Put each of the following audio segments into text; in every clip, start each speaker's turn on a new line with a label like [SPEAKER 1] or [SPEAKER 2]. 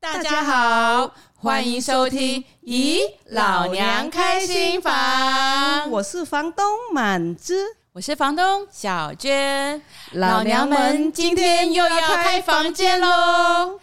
[SPEAKER 1] 大家好，欢迎收听《咦老娘开心房》，
[SPEAKER 2] 我是房东满之，
[SPEAKER 1] 我是房东小娟，老娘们今天又要开房间喽！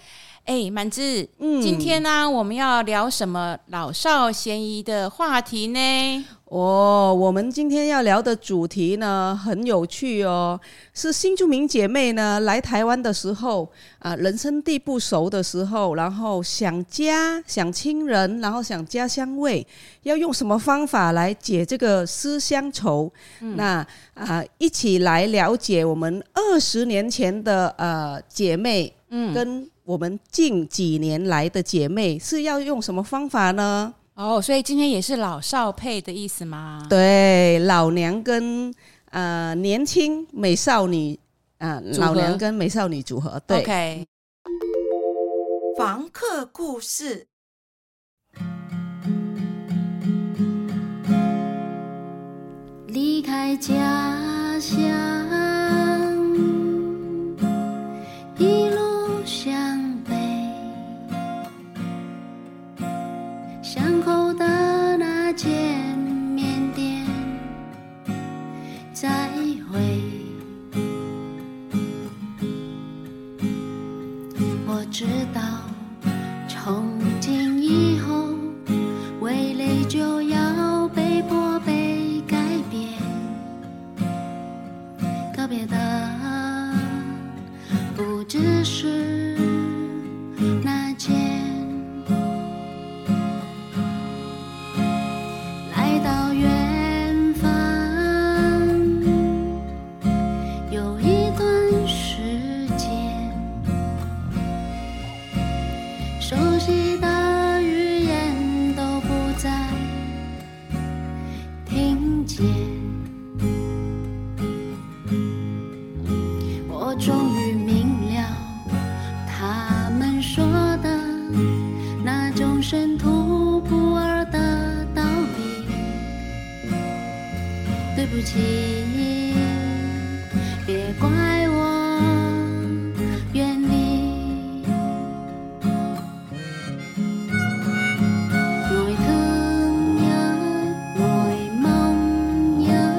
[SPEAKER 1] 哎，满志，
[SPEAKER 2] 嗯
[SPEAKER 1] 今天呢、我们要聊什么老少咸宜的话题呢？
[SPEAKER 2] 哦，我们今天要聊的主题呢很有趣哦，是新住民姐妹呢来台湾的时候啊、人生地不熟的时候，然后想家、想亲人，然后想家乡味，要用什么方法来解这个思乡愁？那啊、一起来了解我们二十年前的呃姐妹，嗯，跟我们近几年来的姐妹是要用什么方法呢？
[SPEAKER 1] 哦，所以今天也是老少配的意思吗？
[SPEAKER 2] 对，老娘跟呃年轻美少女啊、
[SPEAKER 1] 组合
[SPEAKER 2] 老娘跟美少女组合，对
[SPEAKER 1] o k
[SPEAKER 3] 房客故事。
[SPEAKER 4] 离开家乡，一路向北，巷口的那间面店，再会。我知道，从今以后，味蕾就要被迫被改变。告别的不只是那间，来到远方，有一段时间。熟悉的语言都不再听见。我终于明了，他们说的那种神土不二的道理。对不起，别怪我远离。Người thương nhớ, người mong nhớ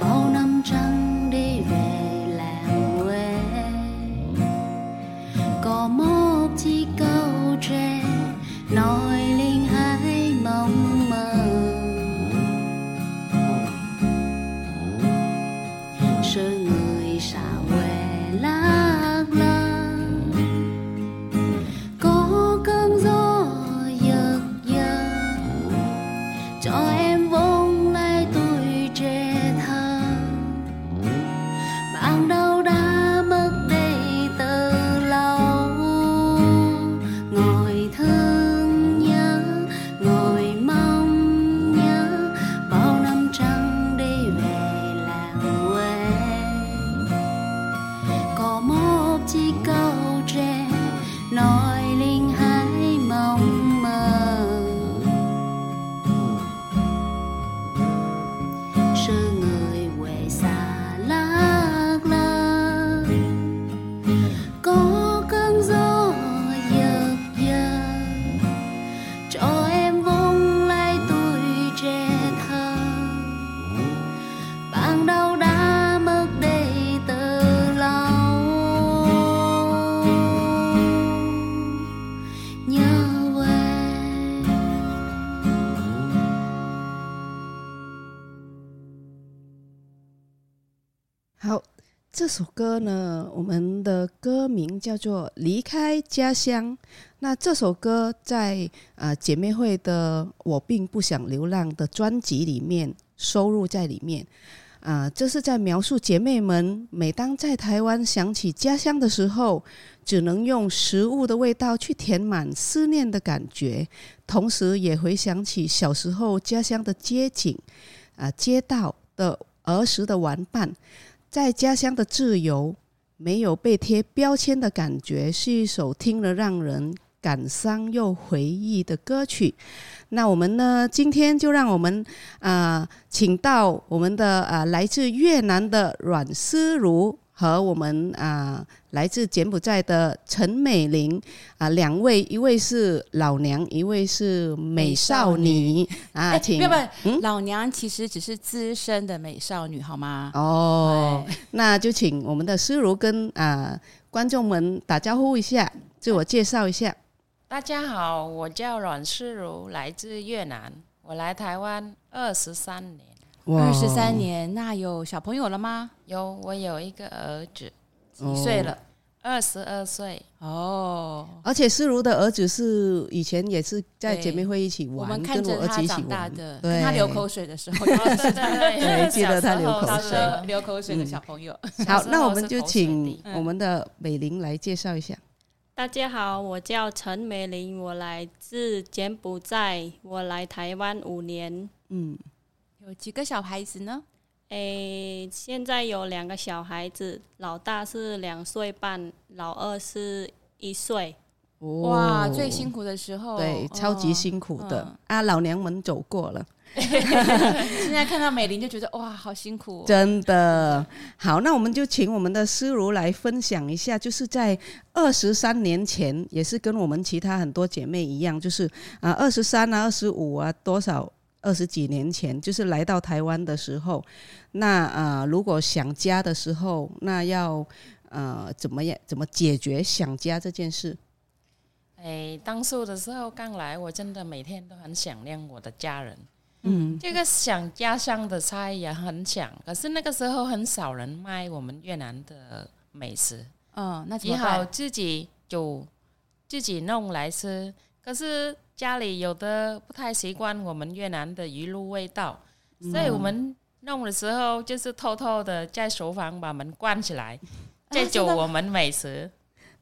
[SPEAKER 4] Bao năm trăng đi về làng quê Có một chiếc câu tre Nói lên hai mong mơ Sự người xa quê lạc lăng có cơn gió giật giật cho em vốn lại tuổi trẻ thơ bạn đâu đã mất đi từ lâu ngồi thương nhớ ngồi mong nhớ bao năm trăng đi về làng quê có một chiếc câu tre nói linh hãy mong mơ sư người quê xa lạc lơ có cơn gió giật giật cho em vung lại tuổi trẻ thơ bạn đâu đã mất đi từ lâu nhớ về
[SPEAKER 2] 好，这首歌呢，我们的歌名叫做《离开家乡》。那这首歌在呃姐妹会的《我并不想流浪》的专辑里面收录在里面。啊、这是在描述姐妹们每当在台湾想起家乡的时候，只能用食物的味道去填满思念的感觉，同时也回想起小时候家乡的街景、啊、街道的儿时的玩伴，在家乡的自由，没有被贴标签的感觉，是一首听了让人感伤又回忆的歌曲。那我们呢，今天就让我们啊、呃请到我们的啊、呃来自越南的阮思如和我们啊、来自柬埔寨的陈美玲啊、两位，一位是老娘，一位是美少女啊，
[SPEAKER 1] 哎，
[SPEAKER 2] 请
[SPEAKER 1] 不要不要，老娘其实只是资深的美少女，好吗？
[SPEAKER 2] 哦，那就请我们的思如跟啊、观众们打招呼一下，自我介绍一下。
[SPEAKER 3] 大家好，我叫阮世如，来自越南，我来台湾二十三年，
[SPEAKER 2] 哦
[SPEAKER 1] 二十三年，那有小朋友了吗？
[SPEAKER 3] 有我有一个儿子，
[SPEAKER 2] 哦
[SPEAKER 1] 几岁了？
[SPEAKER 3] 二十二岁，
[SPEAKER 1] 哦，
[SPEAKER 2] 而且思如的儿子是以前也是在
[SPEAKER 1] 对
[SPEAKER 2] 姐妹会一起玩，
[SPEAKER 1] 我们看
[SPEAKER 2] 跟
[SPEAKER 1] 着
[SPEAKER 2] 我儿
[SPEAKER 1] 他
[SPEAKER 2] 子一起
[SPEAKER 1] 长大
[SPEAKER 2] 玩
[SPEAKER 1] 的，
[SPEAKER 2] 对，
[SPEAKER 1] 跟他流口水的时 候，
[SPEAKER 3] 哦对对
[SPEAKER 2] 对哎记得他流口
[SPEAKER 1] 小
[SPEAKER 3] 小
[SPEAKER 2] 水
[SPEAKER 1] 时
[SPEAKER 3] 时
[SPEAKER 1] 候
[SPEAKER 3] 候
[SPEAKER 1] 流口水的小朋友，
[SPEAKER 2] 好
[SPEAKER 3] 小，时候
[SPEAKER 2] 那我们
[SPEAKER 3] 是
[SPEAKER 2] 就
[SPEAKER 3] 口水
[SPEAKER 2] 请
[SPEAKER 3] 地
[SPEAKER 1] 嗯
[SPEAKER 2] 我们的美玲来介绍一下。
[SPEAKER 5] 大家好，我叫陈美玲，我来自柬埔寨，我来台湾五年。
[SPEAKER 2] 嗯，
[SPEAKER 1] 有几个小孩子呢？
[SPEAKER 5] 诶，现在有两个小孩子，老大是两岁半，老二是一岁。
[SPEAKER 1] 哇，最辛苦的时候，
[SPEAKER 2] 哦对，
[SPEAKER 1] 哦
[SPEAKER 2] 超级辛苦的
[SPEAKER 1] 嗯
[SPEAKER 2] 啊，老娘们走过了，
[SPEAKER 1] 现在看到美玲就觉得哇，好辛苦哦、
[SPEAKER 2] 真的。好，那我们就请我们的思如来分享一下，就是在二十三年前，也是跟我们其他很多姐妹一样，就是啊，二十三啊，二十五啊，多少二十几年前，就是来到台湾的时候，那啊、呃如果想家的时候，那要呃，怎么样，怎么解决想家这件事？
[SPEAKER 3] 哎，当初的时候刚来，我真的每天都很想念我的家人。
[SPEAKER 2] 嗯，
[SPEAKER 3] 这个想家乡的菜也很想，可是那个时候很少人卖我们越南的美食，
[SPEAKER 1] 嗯，那怎
[SPEAKER 3] 只
[SPEAKER 1] 么
[SPEAKER 3] 好
[SPEAKER 1] 办？
[SPEAKER 3] 自己煮，自己弄来吃。可是家里有的不太习惯我们越南的鱼露味道，
[SPEAKER 1] 嗯
[SPEAKER 3] 所以我们弄的时候就是偷偷的在厨房把门关起来，再煮
[SPEAKER 1] 啊真的吗
[SPEAKER 3] 我们美食。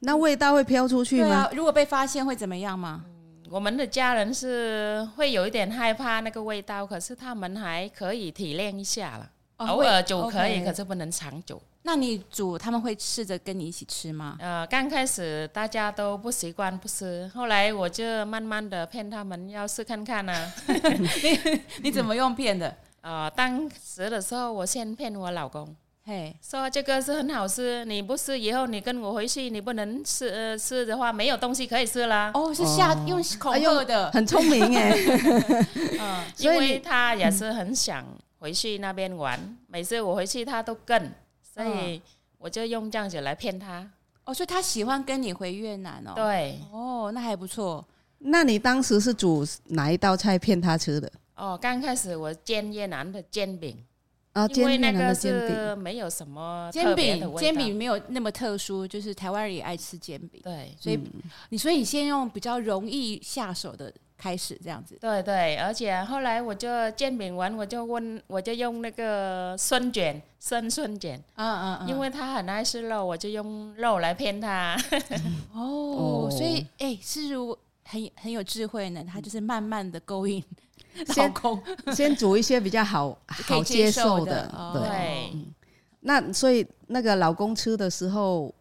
[SPEAKER 2] 那味道会飘出去
[SPEAKER 1] 对
[SPEAKER 2] 吗？
[SPEAKER 1] 啊，如果被发现会怎么样吗？
[SPEAKER 3] 我们的家人是会有一点害怕那个味道，可是他们还可以体谅一下啦。
[SPEAKER 1] 哦
[SPEAKER 3] 偶
[SPEAKER 1] 会
[SPEAKER 3] 尔煮可以，
[SPEAKER 1] OK
[SPEAKER 3] 可是不能常煮。
[SPEAKER 1] 那你煮他们会试着跟你一起吃 吗？
[SPEAKER 3] 呃，刚开始大家都不习惯不吃，后来我就慢慢的骗他们要试看看啊。
[SPEAKER 1] 你怎么用骗的？
[SPEAKER 3] 呃，当时的时候我先骗我老公
[SPEAKER 1] 嘿，
[SPEAKER 3] 说这个是很好吃，你不吃以后你跟我回去你不能吃、呃、吃的话没有东西可以吃啦。
[SPEAKER 1] 哦，是下
[SPEAKER 2] 哦
[SPEAKER 1] 用恐
[SPEAKER 2] 哎呦
[SPEAKER 1] 吓的，
[SPEAKER 2] 很聪明哎，
[SPEAKER 1] 嗯，
[SPEAKER 3] 因
[SPEAKER 2] 所以你
[SPEAKER 3] 为他也是很想回去那边玩，每次我回去他都跟，所以我就用这样子来骗他。
[SPEAKER 1] 哦，所以他喜欢跟你回越南哦。，
[SPEAKER 3] 对，
[SPEAKER 1] 哦，那还不错。
[SPEAKER 2] 那你当时是煮哪一道菜骗他吃的？
[SPEAKER 3] 哦，刚开始我煎越南的煎饼，
[SPEAKER 2] 啊，
[SPEAKER 3] 因
[SPEAKER 2] 煎
[SPEAKER 3] 为
[SPEAKER 2] 越
[SPEAKER 3] 那
[SPEAKER 2] 南的
[SPEAKER 3] 个
[SPEAKER 2] 煎饼，
[SPEAKER 3] 是没有什么
[SPEAKER 1] 煎
[SPEAKER 3] 呃特别的
[SPEAKER 1] 饼，
[SPEAKER 3] 味道
[SPEAKER 1] 煎饼没有那么特殊，就是台湾人也爱吃煎饼，
[SPEAKER 3] 对。
[SPEAKER 1] 所以你所以你先用比较容易下手的开始这样子。
[SPEAKER 3] 对对，而且后来我就煎饼完，我就问，我就用那个生卷，生生卷，
[SPEAKER 1] 嗯嗯嗯，
[SPEAKER 3] 因为他很爱吃肉，我就用肉来骗他。
[SPEAKER 1] 哦，
[SPEAKER 2] 哦
[SPEAKER 1] 所以哎，世如很很有智慧呢，他就是慢慢的勾引老
[SPEAKER 2] 先
[SPEAKER 1] 公，
[SPEAKER 2] 先煮一些比较 好
[SPEAKER 1] 可以
[SPEAKER 2] 好
[SPEAKER 1] 接
[SPEAKER 2] 受
[SPEAKER 1] 的。哦
[SPEAKER 2] 对，嗯
[SPEAKER 3] 对
[SPEAKER 2] 那所以那个老公吃的时候，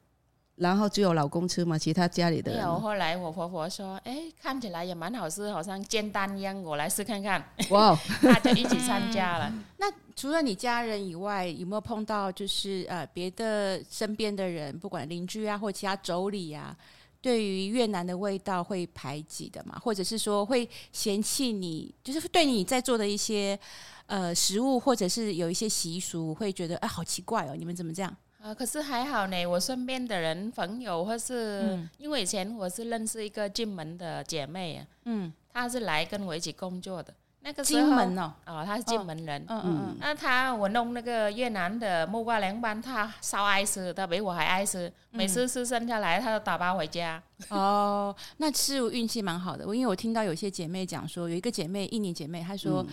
[SPEAKER 2] 然后只有老公吃吗？其他家里的
[SPEAKER 3] 没
[SPEAKER 2] 人
[SPEAKER 3] 有，
[SPEAKER 2] 呢？
[SPEAKER 3] 后来我婆婆说：“哎，看起来也蛮好吃，好像煎蛋一样，我来试看看。
[SPEAKER 2] 哇 哦，”
[SPEAKER 3] 她就一起参加了。
[SPEAKER 1] 那除了你家人以外，有没有碰到就是呃别的身边的人，不管邻居啊或其他妯娌啊，对于越南的味道会排挤的嘛？或者是说会嫌弃你，就是对你在做的一些呃食物，或者是有一些习俗，会觉得哎、好奇怪哦，你们怎么这样？
[SPEAKER 3] 啊，可是还好呢，我身边的人、朋友，或是、
[SPEAKER 1] 嗯
[SPEAKER 3] 因为以前我是认识一个金门的姐妹啊，
[SPEAKER 1] 嗯，
[SPEAKER 3] 她是来跟我一起工作的。那个时候
[SPEAKER 1] 金门哦，
[SPEAKER 3] 哦，她是金门人。
[SPEAKER 1] 嗯嗯
[SPEAKER 3] 那她我弄那个越南的木瓜凉拌，她超爱吃，她比我还爱
[SPEAKER 2] 嗯
[SPEAKER 3] 吃。每次吃剩下来，她都打包回家。
[SPEAKER 1] 嗯，哦，那是运气蛮好的，因为我听到有些姐妹讲说，有一个姐妹印尼姐妹，她说。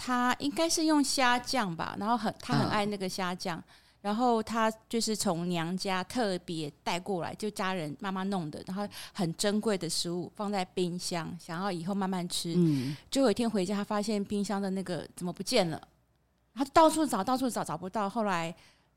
[SPEAKER 1] 他应该是用虾酱吧，然后很他很
[SPEAKER 2] 嗯
[SPEAKER 1] 爱那个虾酱，然后他就是从娘家特别带过来，就家人妈妈弄的，然后很珍贵的食物放在冰箱，想要以后慢慢吃。
[SPEAKER 2] 嗯，
[SPEAKER 1] 就有一天回家，他发现冰箱的那个怎么不见了，他到处找到处找找不到，后来。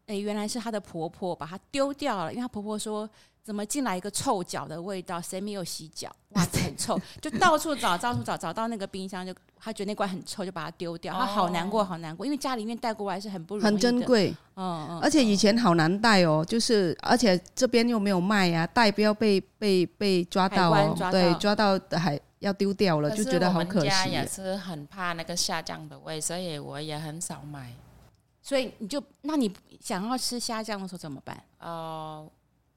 [SPEAKER 1] 哎、诶，原来是她的婆婆把它丢掉了，因为她婆婆说怎么进来一个臭脚的味道，谁没有洗脚？哇，这很臭，就到处找，到处找，找到那个冰箱就，她觉得那罐很臭，就把它丢掉，她好难过，好难过，因为家里面带过来是很不容易的，
[SPEAKER 2] 很珍，贵，哦
[SPEAKER 1] 嗯嗯，
[SPEAKER 2] 而且以前好难带哦，就是而且这边又没有卖呀、带不要被被被抓到
[SPEAKER 1] 海
[SPEAKER 2] 哦
[SPEAKER 1] 关，抓
[SPEAKER 2] 对
[SPEAKER 1] 到，
[SPEAKER 2] 抓到还要丢掉了，就觉得好
[SPEAKER 3] 可是我
[SPEAKER 2] 可
[SPEAKER 3] 们家
[SPEAKER 2] 惜
[SPEAKER 3] 也
[SPEAKER 2] 耶。
[SPEAKER 3] 是很怕那个下降的味，所以我也很少买。
[SPEAKER 1] 所以你就那你想要吃虾酱的时候怎么办？
[SPEAKER 3] 呃，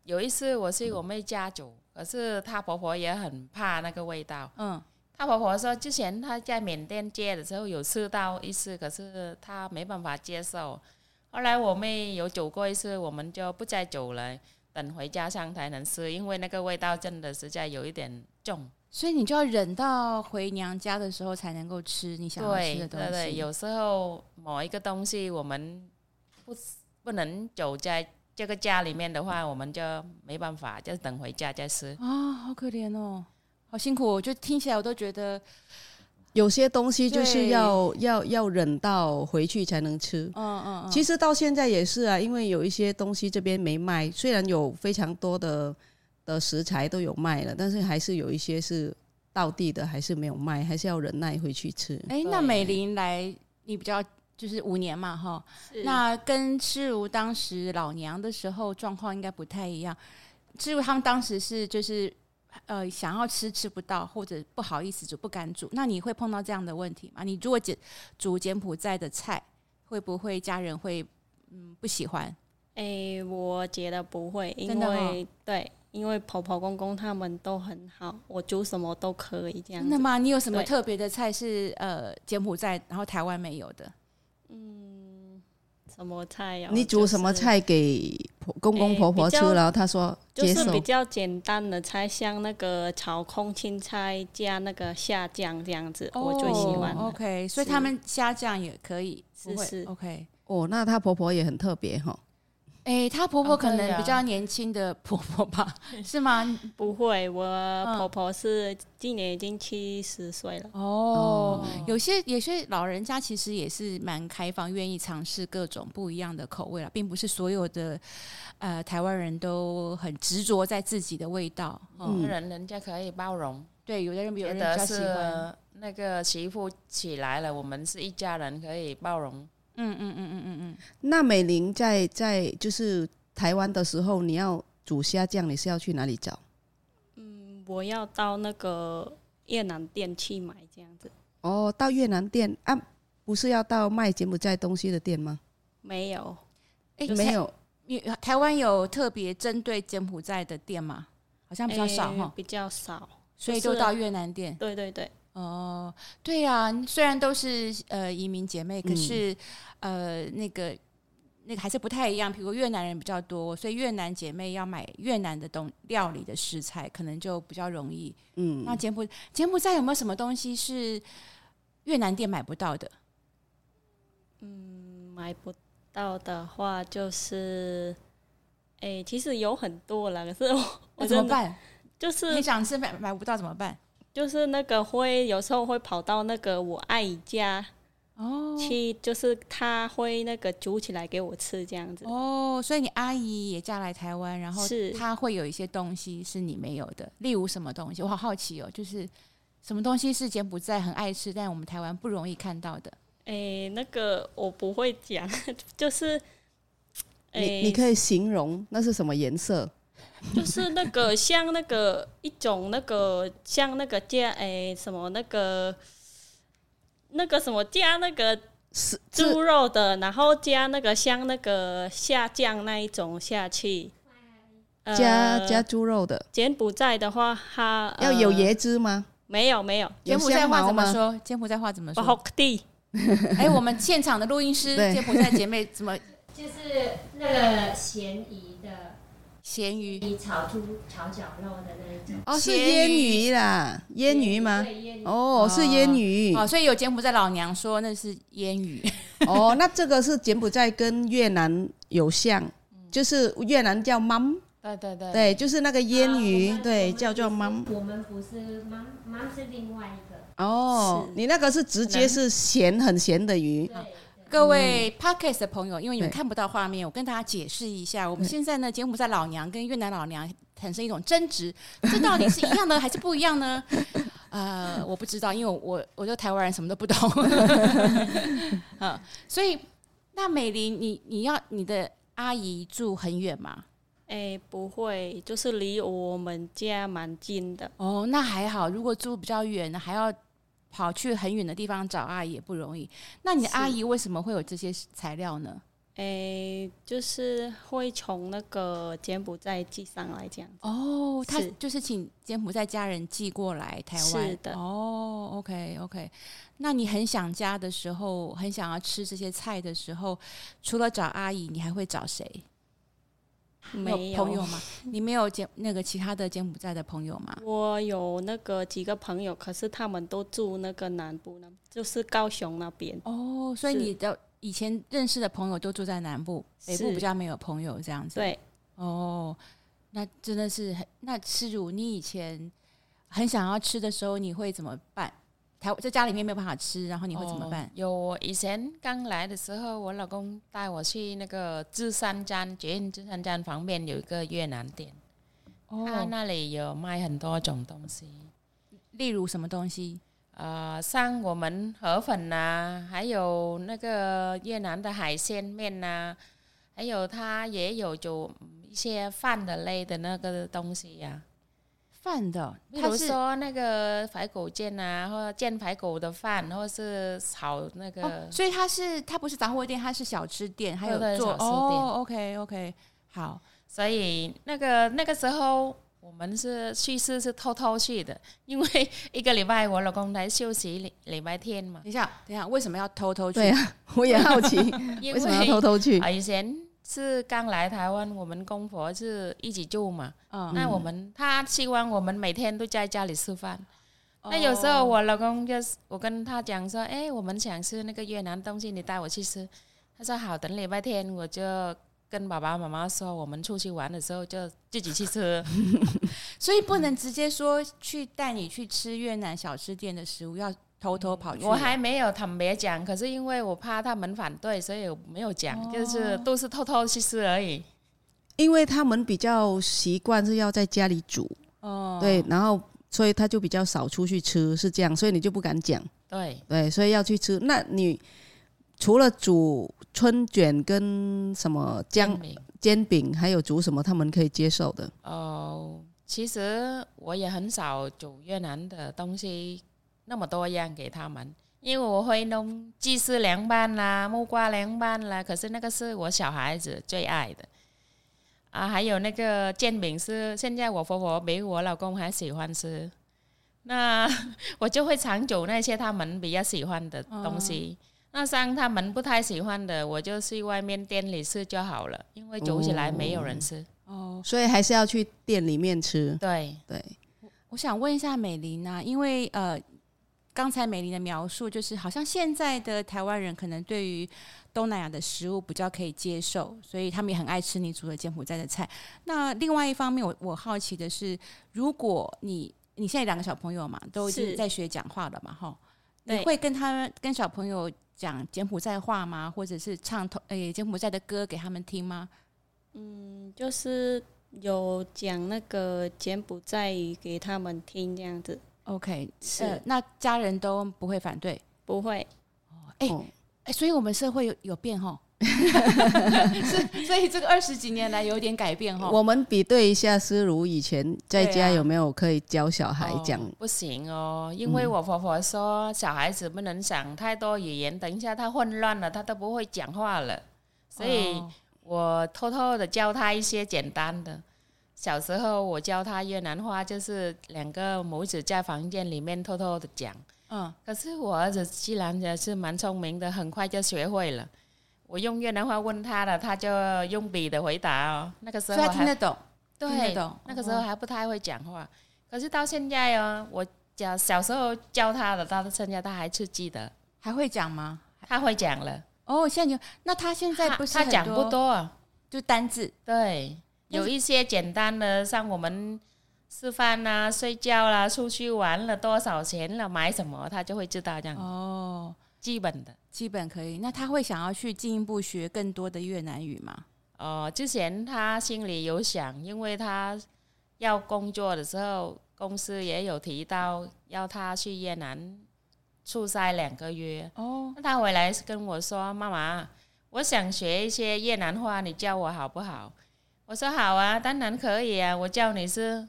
[SPEAKER 3] 有一次我去我妹家煮，可是她婆婆也很怕那个味道。
[SPEAKER 1] 嗯，
[SPEAKER 3] 她婆婆说，之前她在缅甸接的时候有吃到一次，可是她没办法接受。后来我妹有煮过一次，我们就不再煮了，等回家乡才能吃，因为那个味道真的实在有一点重。
[SPEAKER 1] 所以你就要忍到回娘家的时候才能够吃你想要吃
[SPEAKER 3] 对
[SPEAKER 1] 的东西。
[SPEAKER 3] 对对，有时候某一个东西我们不不能走在这个家里面的话，我们就没办法，就等回家再吃。
[SPEAKER 1] 啊，好可怜哦，好辛苦哦、我就听起来我都觉得，
[SPEAKER 2] 有些东西就是
[SPEAKER 1] 对
[SPEAKER 2] 要要要忍到回去才能吃。
[SPEAKER 1] 嗯嗯嗯，
[SPEAKER 2] 其实到现在也是啊，因为有一些东西这边没卖，虽然有非常多的的食材都有卖了，但是还是有一些是到地的，还是没有卖，还是要忍耐回去吃。
[SPEAKER 1] 哎、那美玲来，你比较就是五年嘛哈，
[SPEAKER 5] 是
[SPEAKER 1] 那跟诗如当时老娘的时候状况应该不太一样。诗如他们当时是就是呃想要吃吃不到，或者不好意思煮不敢煮，那你会碰到这样的问题吗？你如果简煮柬埔寨的菜，会不会家人会嗯不喜欢？
[SPEAKER 5] 诶，我觉得不会，因
[SPEAKER 1] 真的哦
[SPEAKER 5] 为、对，因为婆婆公公他们都很好，我煮什么都可以这样
[SPEAKER 1] 真的
[SPEAKER 5] 子。
[SPEAKER 1] 吗？你有什么
[SPEAKER 5] 对
[SPEAKER 1] 特别的菜是呃柬埔寨然后台湾没有的？
[SPEAKER 5] 嗯什么菜哦呀、
[SPEAKER 2] 你煮什么？菜给婆公公婆婆吃，
[SPEAKER 5] 哎比较
[SPEAKER 2] 然后他说
[SPEAKER 5] 就
[SPEAKER 2] 接
[SPEAKER 5] 是、就是
[SPEAKER 2] 受
[SPEAKER 5] 比。较简单的菜，像那个炒空心菜加那个虾酱这样子，我最喜欢
[SPEAKER 1] 哦
[SPEAKER 5] 了。
[SPEAKER 1] OK，所以他们虾酱也可以，
[SPEAKER 5] 是
[SPEAKER 1] 不会
[SPEAKER 5] 是
[SPEAKER 1] OK。
[SPEAKER 2] 哦，那她婆婆也很特别哈。
[SPEAKER 1] 哎，她婆婆
[SPEAKER 3] 哦
[SPEAKER 1] 可
[SPEAKER 3] 对
[SPEAKER 1] 能
[SPEAKER 3] 啊
[SPEAKER 1] 比较年轻的婆婆吧，是吗？
[SPEAKER 5] 不会，我
[SPEAKER 1] 嗯
[SPEAKER 5] 婆婆是今年已经七十岁了。
[SPEAKER 1] 哦，有些有些老人家其实也是蛮开放，愿意尝试各种不一样的口味啦，并不是所有的呃台湾人都很执着在自己的味道。嗯，
[SPEAKER 2] 嗯
[SPEAKER 3] 哦人人家可以包容，
[SPEAKER 1] 对，有的人有的
[SPEAKER 3] 觉
[SPEAKER 1] 人
[SPEAKER 3] 得
[SPEAKER 1] 比较喜欢。
[SPEAKER 3] 是那个媳妇起来了，我们是一家人，可以包容。
[SPEAKER 1] 嗯嗯嗯嗯嗯嗯。
[SPEAKER 2] 那美玲在在就是台湾的时候，你要煮虾酱，你是要去哪里找？
[SPEAKER 5] 我要到那个越南店去买这样子，
[SPEAKER 2] 哦，到越南店啊，不是要到卖柬埔寨东西的店吗？
[SPEAKER 5] 没有，
[SPEAKER 1] 哎，
[SPEAKER 2] 没有，
[SPEAKER 1] 你台湾有特别针对柬埔寨的店吗？好像比较少
[SPEAKER 5] 诶
[SPEAKER 1] 哈，
[SPEAKER 5] 比较少。
[SPEAKER 1] 所以
[SPEAKER 5] 就
[SPEAKER 1] 都
[SPEAKER 5] 是
[SPEAKER 1] 到越南店。
[SPEAKER 5] 对对对，
[SPEAKER 1] 哦，对呀、虽然都是呃移民姐妹，可
[SPEAKER 2] 嗯
[SPEAKER 1] 是、呃那个那个还是不太一样。比如越南人比较多，所以越南姐妹要买越南的东料理的食材，可能就比较容易。
[SPEAKER 2] 嗯，
[SPEAKER 1] 那柬埔柬埔寨有没有什么东西是越南店买不到的？
[SPEAKER 5] 嗯买不到的话就是，诶，其实有很多了，可是我
[SPEAKER 1] 那
[SPEAKER 5] 我
[SPEAKER 1] 怎么
[SPEAKER 5] 真的
[SPEAKER 1] 办？
[SPEAKER 5] 就是
[SPEAKER 1] 你想吃买买不到怎么办？
[SPEAKER 5] 就是那个会有时候会跑到那个我阿姨家
[SPEAKER 1] 哦
[SPEAKER 5] 去，就是她会那个煮起来给我吃这样子。
[SPEAKER 1] 哦，所以你阿姨也嫁来台湾，然后
[SPEAKER 5] 是
[SPEAKER 1] 她会有一些东西是你没有的，例如什么东西？我好好奇哦，就是什么东西是柬埔寨很爱吃，但我们台湾不容易看到的。
[SPEAKER 5] 诶，那个我不会讲， 就是。
[SPEAKER 6] 哎
[SPEAKER 2] 你
[SPEAKER 5] 诶
[SPEAKER 2] 你可以 形容那是什么颜色？
[SPEAKER 5] 就是那个像那个一种那个像那个加诶、什么那个那个什么加那个
[SPEAKER 2] 是
[SPEAKER 5] 猪肉的，然后加那个像那个下酱那一种下去。呃
[SPEAKER 2] 加加猪肉的，
[SPEAKER 5] 柬埔寨的话，它、呃
[SPEAKER 2] 要有椰汁吗？
[SPEAKER 5] 没有没有
[SPEAKER 1] 柬
[SPEAKER 2] 有
[SPEAKER 1] 埔寨
[SPEAKER 2] 香
[SPEAKER 1] 话
[SPEAKER 2] 茅
[SPEAKER 1] 怎么
[SPEAKER 2] 吗？
[SPEAKER 1] 说？柬埔寨话怎么
[SPEAKER 5] 巴
[SPEAKER 1] 说
[SPEAKER 5] 霍？地
[SPEAKER 1] 哎，我们现场的录音师
[SPEAKER 2] 对
[SPEAKER 1] 柬埔寨姐妹怎么
[SPEAKER 6] 就是那个咸鱼的，
[SPEAKER 1] 咸鱼？
[SPEAKER 6] 你炒猪炒绞肉的那一种。
[SPEAKER 2] 哦，是
[SPEAKER 1] 咸
[SPEAKER 2] 腌
[SPEAKER 1] 鱼
[SPEAKER 2] 鱼啦，腌鱼吗？
[SPEAKER 6] 对腌鱼
[SPEAKER 2] 哦，是腌鱼
[SPEAKER 1] 哦，所以有柬埔寨老娘说那是烟雨，
[SPEAKER 2] 哦。那这个是柬埔寨跟越南有像，
[SPEAKER 6] 嗯
[SPEAKER 2] 就是越南叫 mam，
[SPEAKER 3] 对对对，
[SPEAKER 2] 对，就是那个腌
[SPEAKER 6] 啊
[SPEAKER 2] 鱼
[SPEAKER 6] 我，们
[SPEAKER 2] 对，
[SPEAKER 6] 我们
[SPEAKER 2] 叫做 mam。
[SPEAKER 6] 我们不是妈妈是另外一个，
[SPEAKER 2] 哦，
[SPEAKER 5] 是
[SPEAKER 2] 你那个是直接是咸很咸的鱼，
[SPEAKER 6] 对，
[SPEAKER 1] 各位 podcast 的朋友，因为你们
[SPEAKER 2] 对
[SPEAKER 1] 看不到画面，我跟大家解释一下，我们现在呢，柬埔寨老娘跟越南老娘产生一种争执，这到底是一样呢，还是不一样呢？呃，我不知道，因为我我我就台湾人什么都不懂，嗯，所以那美玲，你你要你的阿姨住很远吗？
[SPEAKER 5] 哎，不会，就是离我们家蛮近的。
[SPEAKER 1] 哦，那还好，如果住比较远，还要跑去很远的地方找阿姨也不容易。那你的阿姨为什么会有这些材料呢？
[SPEAKER 5] 哎，就是会从那个柬埔寨寄上来这样子。
[SPEAKER 1] 哦，他
[SPEAKER 5] 是
[SPEAKER 1] 就是请柬埔寨家人寄过来台湾。
[SPEAKER 5] 是的
[SPEAKER 1] 哦，OK OK。那你很想家的时候，很想要吃这些菜的时候，除了找阿姨，你还会找谁？
[SPEAKER 5] 没
[SPEAKER 1] 有朋友 吗？你没有柬那个其他的柬埔寨的朋友吗？
[SPEAKER 5] 我有那个几个朋友，可是他们都住那个南部呢，就是高雄那边。
[SPEAKER 1] 哦，所以
[SPEAKER 5] 是
[SPEAKER 1] 你的以前认识的朋友都住在南部，北部
[SPEAKER 5] 是
[SPEAKER 1] 比较没有朋友这样子。
[SPEAKER 5] 对，
[SPEAKER 1] 哦，那真的是很那吃乳，你以前很想要吃的时候，你会怎么办？台在家里面没有办法吃，然后你会怎么办
[SPEAKER 3] 哦？有，我以前刚来的时候，我老公带我去那个芝山站，捷运芝山站旁边有一个越南店，
[SPEAKER 1] 哦
[SPEAKER 3] 他啊那里有卖很多种东西，
[SPEAKER 1] 例如什么东西？
[SPEAKER 3] 呃，像我们河粉呐、还有那个越南的海鲜面呐、还有他也有就一些饭的类的那个东西啊呀、
[SPEAKER 1] 饭的，
[SPEAKER 3] 比
[SPEAKER 1] 它
[SPEAKER 3] 如
[SPEAKER 1] 是
[SPEAKER 3] 说那个排骨煎啊，或者煎排骨的饭，或者是炒那个、
[SPEAKER 1] 哦，所以它是它不是杂货店，它是小吃店，还有
[SPEAKER 3] 对对
[SPEAKER 1] 做
[SPEAKER 3] 小吃店
[SPEAKER 1] 哦，OK OK，好，
[SPEAKER 3] 所以那个那个时候我们是去是是偷偷去的，因为一个礼拜我老公来休息礼礼拜天 嘛
[SPEAKER 1] 等，一下等一下，为什么要偷偷去？
[SPEAKER 2] 对啊，我也好 奇
[SPEAKER 3] 因
[SPEAKER 2] 为什么要偷偷去
[SPEAKER 3] 啊以前是刚来台湾，我们公婆是一起住嘛，
[SPEAKER 1] 嗯，
[SPEAKER 3] 那我们他希望我们每天都在家里吃饭。
[SPEAKER 1] 哦
[SPEAKER 3] 那有时候我老公就是我跟他讲说，哎，我们想吃那个越南东西，你带我去吃。他说好，等礼拜天我就跟爸爸妈妈说，我们出去玩的时候就自己去吃。
[SPEAKER 1] 所以不能直接说去带你去吃越南小吃店的食物，要偷偷跑去。
[SPEAKER 3] 我还没有坦白讲，可是因为我怕他们反对，所以我没有讲，就是都是偷偷去吃而已。
[SPEAKER 2] 因为他们比较习惯是要在家里煮，
[SPEAKER 1] 哦，
[SPEAKER 2] 对，然后所以他就比较少出去吃，是这样，所以你就不敢讲，
[SPEAKER 3] 对，
[SPEAKER 2] 对，所以要去吃。那你除了煮春卷跟什么
[SPEAKER 3] 江
[SPEAKER 2] 姜煎饼，还有煮什么他们可以接受的？
[SPEAKER 3] 哦、其实我也很少煮越南的东西那么多样给他们，因为我会弄鸡丝凉拌啦、木瓜凉拌啦，可是那个是我小孩子最爱的。啊，还有那个煎饼是现在我婆婆比我老公还喜欢吃，那 我就会常煮那些他们比较喜欢的东西。那像他们不太喜欢的，我就去外面店里吃就好了，因为煮起来没有人吃。
[SPEAKER 1] 哦，
[SPEAKER 2] 所以还是要去店里面吃。
[SPEAKER 3] 对，
[SPEAKER 2] 对，
[SPEAKER 1] 我想问一下美玲啊，因为呃，刚才美玲的描述就是，好像现在的台湾人可能对于东南亚的食物比较可以接受，所以他们也很爱吃你煮的柬埔寨的菜。那另外一方面，我我好奇的是，如果你你现在两个小朋友嘛，都已经
[SPEAKER 5] 是
[SPEAKER 1] 在学讲话了嘛，哈，你
[SPEAKER 5] 对
[SPEAKER 1] 会跟他们跟小朋友讲柬埔寨话吗？或者是唱同诶、柬埔寨的歌给他们听吗？
[SPEAKER 5] 嗯，就是有讲那个柬埔寨语给他们听这样子，
[SPEAKER 1] OK，
[SPEAKER 5] 是
[SPEAKER 1] 呃，那家人都不会反对，
[SPEAKER 5] 不会。
[SPEAKER 1] 哎
[SPEAKER 2] 哦
[SPEAKER 1] 哎、所以我们社会有有变 哈，是，所以这个二十几年来有点改变哈。
[SPEAKER 2] 我们比对一下，思如以前在
[SPEAKER 1] 哦对啊
[SPEAKER 2] 家有没有可以教小孩讲？
[SPEAKER 3] 哦不行哦，因
[SPEAKER 1] 嗯
[SPEAKER 3] 为我婆婆说、小孩子不能讲太多语言，等一下他混乱了，他都不会讲话了。所以
[SPEAKER 1] 哦
[SPEAKER 3] 我偷偷的教他一些简单的。小时候我教他越南话，就是两个拇指在房间里面偷偷的讲。
[SPEAKER 1] 嗯，
[SPEAKER 3] 可是我儿子既然也是蛮聪明的，很快就学会了。我用越南话问他了，他就用笔的回答哦。那个时
[SPEAKER 1] 所
[SPEAKER 3] 候
[SPEAKER 1] 以他
[SPEAKER 3] 还
[SPEAKER 1] 听得懂，
[SPEAKER 3] 对，
[SPEAKER 1] 听得懂哦
[SPEAKER 3] 那个时候还不太会讲话，可是到现在哦，我讲小时候教他的，到现在他还是记得，
[SPEAKER 1] 还会讲吗？
[SPEAKER 3] 他会讲了。
[SPEAKER 1] 哦，现在就那他现在不是
[SPEAKER 3] 他他
[SPEAKER 1] 很
[SPEAKER 3] 讲不，多啊，
[SPEAKER 1] 就单字
[SPEAKER 3] 对，
[SPEAKER 1] 但是
[SPEAKER 3] 有一些简单的，像我们吃饭啊啦、睡觉啦、出去玩了多少钱了、买什么，他就会知道这样。
[SPEAKER 1] 哦。
[SPEAKER 3] 基本的。
[SPEAKER 1] 基本可以。那他会想要去进一步学更多的越南语吗？
[SPEAKER 3] 哦，之前他心里有想，因为他要工作的时候，公司也有提到要他去越南出差两个月。
[SPEAKER 1] 哦，
[SPEAKER 3] 那他回来是跟我说：“妈妈，我想学一些越南话，你教我好不好？”我说：“好啊，当然可以啊，我教你是，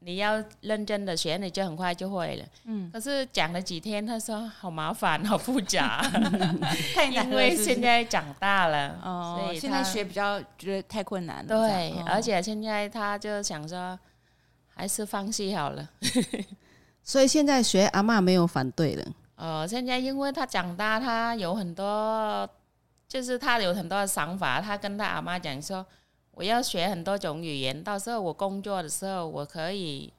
[SPEAKER 3] 你要认真的学，你就很快就会了。”
[SPEAKER 1] 嗯，
[SPEAKER 3] 可是讲了几天，他说：“好麻烦，好复杂，
[SPEAKER 1] 太难
[SPEAKER 3] 因
[SPEAKER 1] 了，
[SPEAKER 3] 为
[SPEAKER 1] 是不是
[SPEAKER 3] 现在长大了，
[SPEAKER 1] 哦
[SPEAKER 3] 所，以
[SPEAKER 1] 现在
[SPEAKER 3] 他
[SPEAKER 1] 学比较觉得太困难了。
[SPEAKER 3] 对，
[SPEAKER 1] 这样哦
[SPEAKER 3] 而且现在他就想说，还是放弃好了。
[SPEAKER 2] 所以现在学阿嬷没有反对了。
[SPEAKER 3] 呃，现在因为他长大，他有很多，就是他有很多的想法。他跟他阿妈讲说，我要学很多种语言，到时候我工作的时候，我可以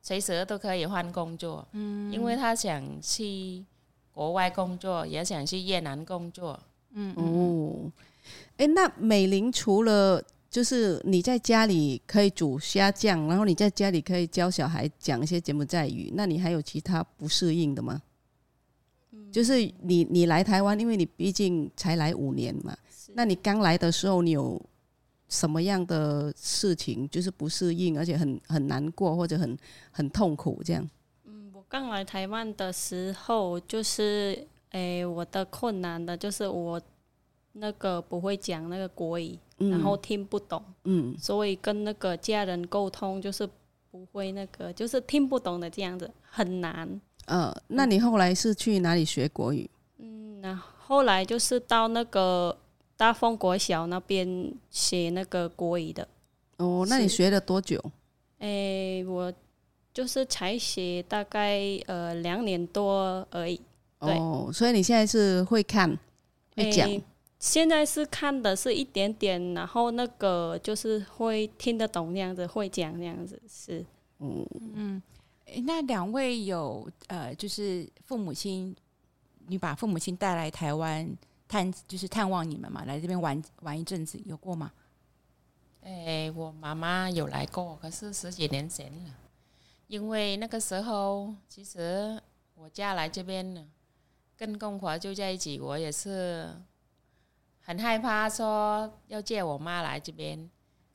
[SPEAKER 3] 随时都可以换工作。嗯，因为他想去国外工作，也想去越南工作。
[SPEAKER 1] 嗯，嗯
[SPEAKER 2] 哦，哎，那美玲除了就是你在家里可以煮虾酱，然后你在家里可以教小孩讲一些柬埔寨语，那你还有其他不适应的吗？
[SPEAKER 5] 嗯
[SPEAKER 2] 就是你你来台湾，因为你毕竟才来五年嘛，
[SPEAKER 5] 嗯
[SPEAKER 2] 那你刚来的时候，你有什么样的事情就是不适应，而且很很难过或者很很痛苦这样？
[SPEAKER 5] 嗯，我刚来台湾的时候，就是诶，我的困难的就是我那个不会讲那个国语，
[SPEAKER 2] 嗯
[SPEAKER 5] 然后听不懂，
[SPEAKER 2] 嗯
[SPEAKER 5] 所以跟那个家人沟通就是不会那个，就是听不懂的这样子，很难。
[SPEAKER 2] 呃，那你后来是去哪里学国语？
[SPEAKER 5] 嗯，那后来就是到那个大丰国小那边学那个国语的，
[SPEAKER 2] 哦，那你
[SPEAKER 5] 是
[SPEAKER 2] 学了多久？
[SPEAKER 5] 诶，我就是才学大概呃两年多而已。对
[SPEAKER 2] 哦，所以你现在是会看会讲，
[SPEAKER 5] 诶现在是看的是一点点，然后那个就是会听得懂那样子，会讲那样子是。
[SPEAKER 2] 嗯，
[SPEAKER 1] 诶那两位有呃，就是父母亲，你把父母亲带来台湾探，就是探望你们嘛，来这边玩玩一阵子，有过吗？
[SPEAKER 3] 哎，我妈妈有来过，可是十几年前了。因为那个时候，其实我嫁来这边呢，跟公婆住在一起，我也是很害怕说要借我妈来这边，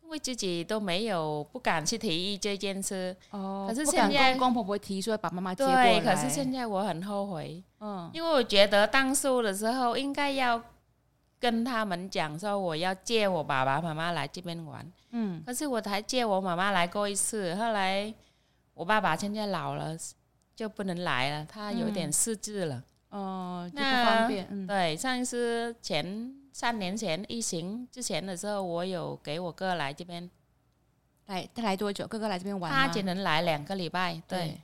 [SPEAKER 3] 因为自己都没有不敢去提议这件事。
[SPEAKER 1] 哦
[SPEAKER 3] 可是
[SPEAKER 1] 不敢
[SPEAKER 3] 现在
[SPEAKER 1] 跟公公婆婆提说把妈妈接过来，
[SPEAKER 3] 对，可是现在我很后悔，
[SPEAKER 1] 嗯
[SPEAKER 3] 因为我觉得当初的时候应该要跟他们讲说我要借我爸爸妈妈来这边玩。
[SPEAKER 1] 嗯
[SPEAKER 3] 可是我才借我妈妈来过一次，后来我爸爸现在老了，就不能来了，他有点失智了。
[SPEAKER 1] 哦，就不
[SPEAKER 3] 那
[SPEAKER 1] 方便，嗯
[SPEAKER 3] 对，上一次前三年前疫情之前的时候，我有给我哥来这边，
[SPEAKER 1] 来他来多久？哥哥来这边玩
[SPEAKER 3] 他
[SPEAKER 1] 吗？
[SPEAKER 3] 只能来两个礼拜。对，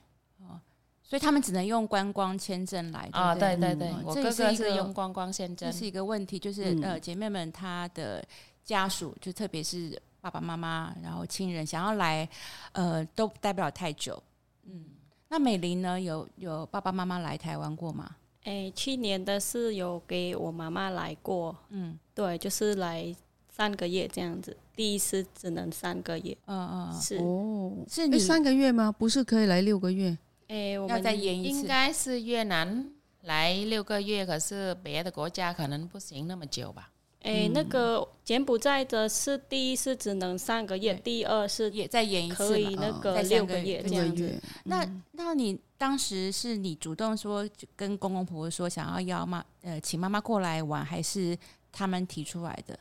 [SPEAKER 1] 所以他们只能用观光签证来，
[SPEAKER 3] 啊、
[SPEAKER 1] 不
[SPEAKER 3] 对对
[SPEAKER 2] 嗯
[SPEAKER 3] 对，我
[SPEAKER 1] 这
[SPEAKER 3] 哥
[SPEAKER 1] 是
[SPEAKER 3] 哥
[SPEAKER 1] 一个
[SPEAKER 3] 是用观光签证
[SPEAKER 1] 这，是一个问题，就是、
[SPEAKER 2] 嗯
[SPEAKER 1] 呃，姐妹们她的家属，就特别是爸爸妈妈，然后亲人想要来，呃，都待不了太久。嗯，那美玲呢，有有爸爸妈妈来台湾过吗？
[SPEAKER 5] 诶，去年的是有给我妈妈来过，
[SPEAKER 1] 嗯
[SPEAKER 5] 对，就是来三个月这样子，第一次只能三个月，
[SPEAKER 1] 嗯嗯，
[SPEAKER 5] 是。
[SPEAKER 2] 哦，
[SPEAKER 1] 是
[SPEAKER 2] 诶
[SPEAKER 1] 你
[SPEAKER 2] 三个月吗？不是可以来六个月？
[SPEAKER 5] 诶，我
[SPEAKER 1] 要
[SPEAKER 5] 们
[SPEAKER 1] 再演一
[SPEAKER 3] 应
[SPEAKER 1] 次，
[SPEAKER 3] 该是越南来六个月，可是别的国家可能不行那么久吧。
[SPEAKER 5] 诶，那个柬埔寨的是第一是只能三个月，第二是
[SPEAKER 1] 也再演一次
[SPEAKER 5] 可以
[SPEAKER 1] 嘛。
[SPEAKER 5] 那
[SPEAKER 1] 再
[SPEAKER 5] 个
[SPEAKER 1] 三
[SPEAKER 5] 六
[SPEAKER 1] 个
[SPEAKER 5] 个
[SPEAKER 1] 月
[SPEAKER 5] 月
[SPEAKER 1] 对
[SPEAKER 5] 这
[SPEAKER 2] 六个
[SPEAKER 5] 样子。
[SPEAKER 2] 月，
[SPEAKER 1] 那那你当时是你主动说就跟公公婆婆说想要要妈呃请妈妈过来玩，还是他们提出来的？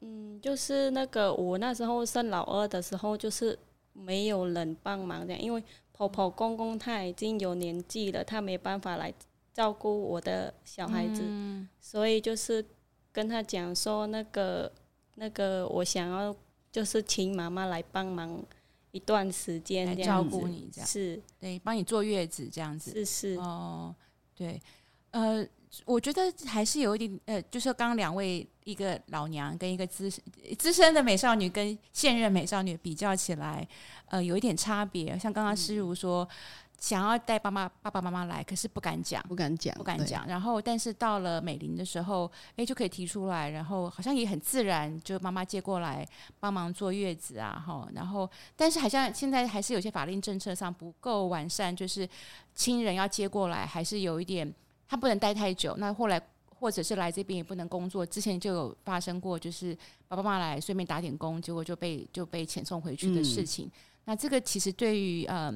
[SPEAKER 5] 嗯，就是那个我那时候生老二的时候，就是没有人帮忙这样，因为婆婆公公他已经有年纪了，他没办法来照顾我的小孩子，
[SPEAKER 1] 嗯
[SPEAKER 5] 所以就是跟他讲说那个那个我想要就是请妈妈来帮忙一段时间
[SPEAKER 1] 来
[SPEAKER 5] 这
[SPEAKER 1] 照
[SPEAKER 5] 样
[SPEAKER 1] 顾
[SPEAKER 5] 子，
[SPEAKER 1] 你这样，
[SPEAKER 5] 是
[SPEAKER 1] 对，帮你坐月子这样子。
[SPEAKER 5] 是是，
[SPEAKER 1] 哦，对，呃，我觉得还是有一点，呃，就是刚刚两位，一个老娘跟一个资深资深的美少女跟现任美少女比较起来，呃，有一点差别。像刚刚诗如说，想要带爸妈爸爸妈妈来，可是不敢讲。
[SPEAKER 2] 不敢讲，
[SPEAKER 1] 不敢
[SPEAKER 2] 对。
[SPEAKER 1] 讲，然后但是到了美玲的时候，哎，就可以提出来，然后好像也很自然，就妈妈接过来帮忙坐月子啊，哈，然后但是好像现在还是有些法令政策上不够完善，就是亲人要接过来，还是有一点。他不能待太久。那后来或者是来这边也不能工作，之前就有发生过，就是爸爸妈妈来顺便打点工，结果就被就被遣送回去的事情。那这个其实对于呃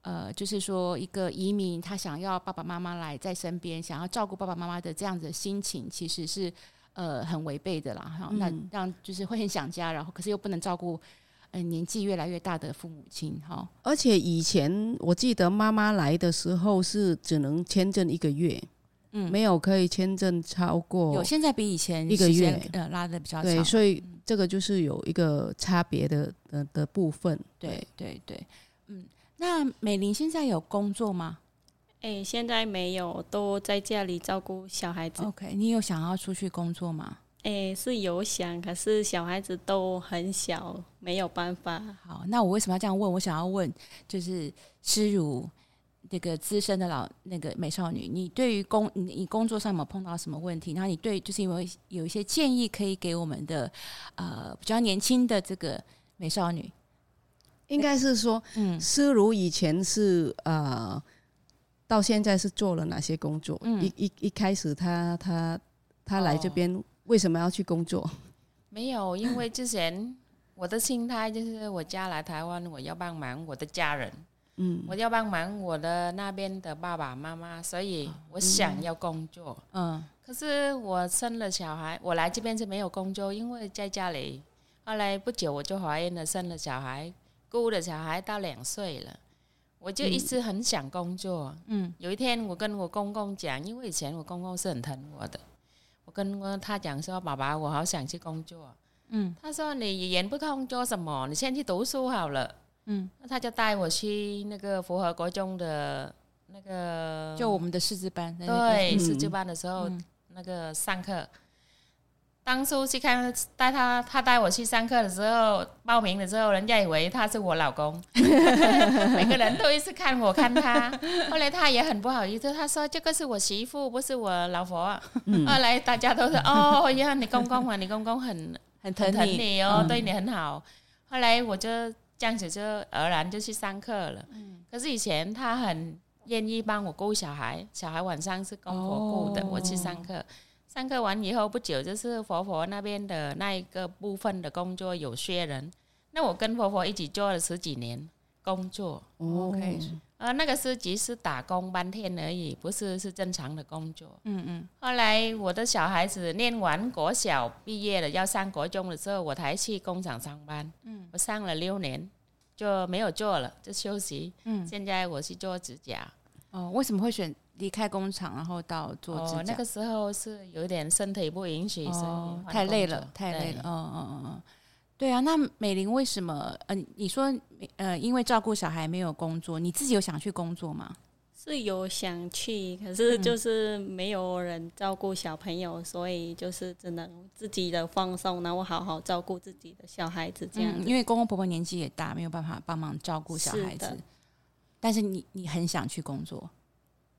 [SPEAKER 1] 呃，就是说一个移民他想要爸爸妈妈来在身边，想要照顾爸爸妈妈的这样子的心情，其实是呃很违背的啦。哈、那让就是会很想家，然后可是又不能照顾。嗯、年纪越来越大的父母亲哈、
[SPEAKER 2] 而且以前我记得妈妈来的时候是只能签证一个月，
[SPEAKER 1] 嗯
[SPEAKER 2] 没有可以签证超过
[SPEAKER 1] 有现在比以前
[SPEAKER 2] 哦一个
[SPEAKER 1] 时间
[SPEAKER 2] 月
[SPEAKER 1] 呃拉的比较
[SPEAKER 2] 对，
[SPEAKER 1] 长，
[SPEAKER 2] 所以这个就是有一个差别的的的部分。
[SPEAKER 1] 对对对，嗯，那美玲现在有工作吗
[SPEAKER 5] 哎，现在没有，都在家里照顾小孩子。
[SPEAKER 1] ？OK，你有想要出去工作吗？
[SPEAKER 5] 哎，是有想，可是小孩子都很小，没有办法。
[SPEAKER 1] 好，那我为什么要这样问？我想要问，就是诗如那个资深的老那个美少女，你对于工你你工作上有没有碰到什么问题？然后你对就是因为有一些建议可以给我们的呃比较年轻的这个美少女，
[SPEAKER 2] 应该是说，
[SPEAKER 1] 嗯
[SPEAKER 2] 思如以前是呃，到现在是做了哪些工作？
[SPEAKER 1] 嗯
[SPEAKER 2] 一一一开始他他他来这
[SPEAKER 3] 哦
[SPEAKER 2] 边为什么要去工作？
[SPEAKER 3] 没有，因为之前我的心态就是我家来台湾，我要帮忙我的家人，
[SPEAKER 2] 嗯
[SPEAKER 3] 我要帮忙我的那边的爸爸妈妈，所以我想要工作。
[SPEAKER 1] 嗯
[SPEAKER 3] 可是我生了小孩，我来这边是没有工作，因为在家里。后来不久我就怀孕了，生了小孩，姑的小孩到两岁了，我就一直很想工作。
[SPEAKER 1] 嗯
[SPEAKER 3] 有一天，我跟我公公讲，因为以前我公公是很疼我的，我跟我他讲说：“爸爸，我好想去工作。”
[SPEAKER 1] 嗯
[SPEAKER 3] 他说：“你语言不通做什么？你先去读书好了。
[SPEAKER 1] 嗯，”
[SPEAKER 3] 那他就带我去那个符合国中的那个
[SPEAKER 1] 就我们的师资班在那边
[SPEAKER 3] 对
[SPEAKER 2] 嗯
[SPEAKER 3] 十九班的时候、
[SPEAKER 1] 嗯
[SPEAKER 3] 那个上课。当初去看带他，他带我去上课的时候，报名的时候，人家以为他是我老公，每个人都一直看我看他。后来他也很不好意思，他说这个是我媳妇，不是我老婆。后来大家都说哦，呀，你公公啊，你公公很
[SPEAKER 1] 很疼
[SPEAKER 3] 很疼
[SPEAKER 1] 你嗯
[SPEAKER 3] 你哦，对你很好。后来我就这样子就而然就去上课了。
[SPEAKER 1] 嗯
[SPEAKER 3] 可是以前他很愿意帮我顾小孩，小孩晚上是公婆顾的，
[SPEAKER 1] 哦
[SPEAKER 3] 我去上课。上课完以后不久，就是婆婆那边的那一个部分的工作有些人，那我跟婆婆一起做了十几年工作，
[SPEAKER 2] 哦
[SPEAKER 1] OK，
[SPEAKER 3] 呃，那个是只是打工半天而已，不是是正常的工作。
[SPEAKER 1] 嗯嗯
[SPEAKER 3] 后来我的小孩子念完国小毕业了，要上国中的时候，我才去工厂上班。嗯，我上了六年，就没有做了，就休息。
[SPEAKER 1] 嗯，
[SPEAKER 3] 现在我去做指甲。
[SPEAKER 1] 哦，为什么会选离开工厂，然后到做指甲？
[SPEAKER 3] 哦，那个时候是有点身体不允许，所以
[SPEAKER 1] 哦
[SPEAKER 3] 换
[SPEAKER 1] 太累
[SPEAKER 3] 工
[SPEAKER 1] 了
[SPEAKER 3] 作，
[SPEAKER 1] 太累了。
[SPEAKER 3] 对
[SPEAKER 1] 嗯嗯嗯嗯，对啊。那美玲为什么？呃，你说呃，因为照顾小孩没有工作，你自己有想去工作吗？
[SPEAKER 5] 是有想去，
[SPEAKER 1] 嗯
[SPEAKER 5] 可是就是没有人照顾小朋友，所以就是只能自己的放松，然后好好照顾自己的小孩子这样
[SPEAKER 1] 嗯，
[SPEAKER 5] 子。
[SPEAKER 1] 因为公公婆婆年纪也大，没有办法帮忙照顾小
[SPEAKER 5] 是
[SPEAKER 1] 孩
[SPEAKER 5] 的
[SPEAKER 1] 子。但是你你很想去工作，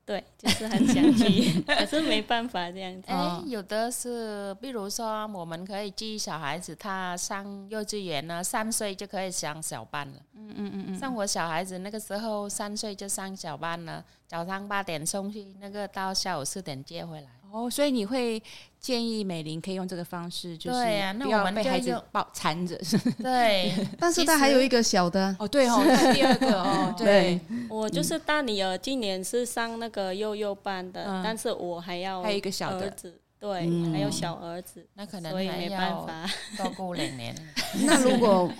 [SPEAKER 5] 对，就是很想 去，可是没办法这样子。
[SPEAKER 3] 哎
[SPEAKER 1] 哦，
[SPEAKER 3] 有的是，比如说，我们可以寄小孩子他上幼稚园呢，三岁就可以上小班了。嗯嗯嗯像我小孩子那个时候三岁就上小班了，早上八点送去，那个到下午四点接回 来。
[SPEAKER 1] 哦，所以你会建议美玲可以用这个方式，就是
[SPEAKER 3] 对啊那
[SPEAKER 1] 不
[SPEAKER 3] 我
[SPEAKER 1] 要
[SPEAKER 3] 们
[SPEAKER 1] 被
[SPEAKER 3] 就
[SPEAKER 1] 孩子
[SPEAKER 3] 用
[SPEAKER 1] 抱缠 着。
[SPEAKER 3] 对，
[SPEAKER 2] 但是他
[SPEAKER 3] 其实
[SPEAKER 2] 还有一个小的啊，
[SPEAKER 1] 哦，对哦，那第二个 哦，对
[SPEAKER 2] 对，
[SPEAKER 5] 我就是大女儿，今年是上那个幼幼班的，
[SPEAKER 1] 嗯
[SPEAKER 5] 但是我还要
[SPEAKER 1] 还有一个小
[SPEAKER 5] 儿
[SPEAKER 1] 的，
[SPEAKER 5] 子，对，
[SPEAKER 2] 嗯
[SPEAKER 5] 还有小儿子，
[SPEAKER 3] 那可能
[SPEAKER 5] 所以
[SPEAKER 3] 还
[SPEAKER 5] 没办
[SPEAKER 3] 要
[SPEAKER 5] 法。
[SPEAKER 3] 多过 两年。
[SPEAKER 2] 那如果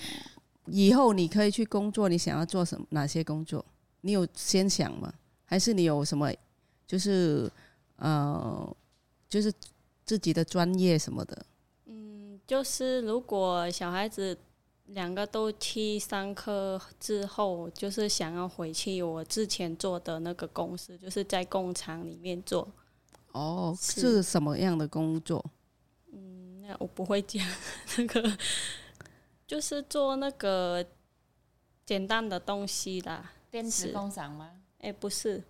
[SPEAKER 2] 以后你可以去工作，你想要做什么？哪些工作？你有先想吗？还是你有什么就是呃，就是自己的专业什么的？
[SPEAKER 5] 嗯，就是如果小孩子两个都去上课之后，就是想要回去我之前做的那个公司，就是在工厂里面做。
[SPEAKER 2] 哦，
[SPEAKER 5] 是
[SPEAKER 2] 是什么样的工作？
[SPEAKER 5] 嗯，那我不会讲 那个，就是做那个简单的东西啦。
[SPEAKER 3] 电
[SPEAKER 5] 是
[SPEAKER 3] 子工厂吗？
[SPEAKER 5] 哎，不是，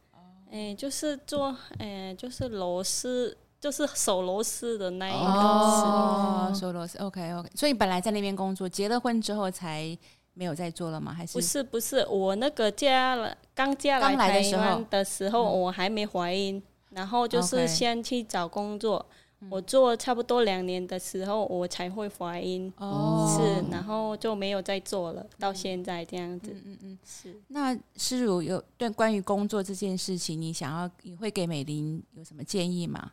[SPEAKER 5] 哎，就是做，哎，就是螺丝，就是手螺丝的那一个公司。
[SPEAKER 1] 哦，说螺丝，OK OK，所以本来在那边工作，结了婚之后才没有再做了吗？还是
[SPEAKER 5] 不是不是，我那个嫁了刚嫁
[SPEAKER 1] 刚来的
[SPEAKER 5] 台
[SPEAKER 1] 时候嗯
[SPEAKER 5] 湾的时候，我还没怀孕，然后就是
[SPEAKER 1] OK 嗯
[SPEAKER 5] 先去找工作。我做差不多两年的时候，我才会怀孕，
[SPEAKER 1] 哦，
[SPEAKER 5] 是，然后就没有再做了，到现在这样子。
[SPEAKER 1] 嗯嗯。
[SPEAKER 5] 是，
[SPEAKER 1] 那施如有对关于工作这件事情，你想要你会给美玲有什么建议吗？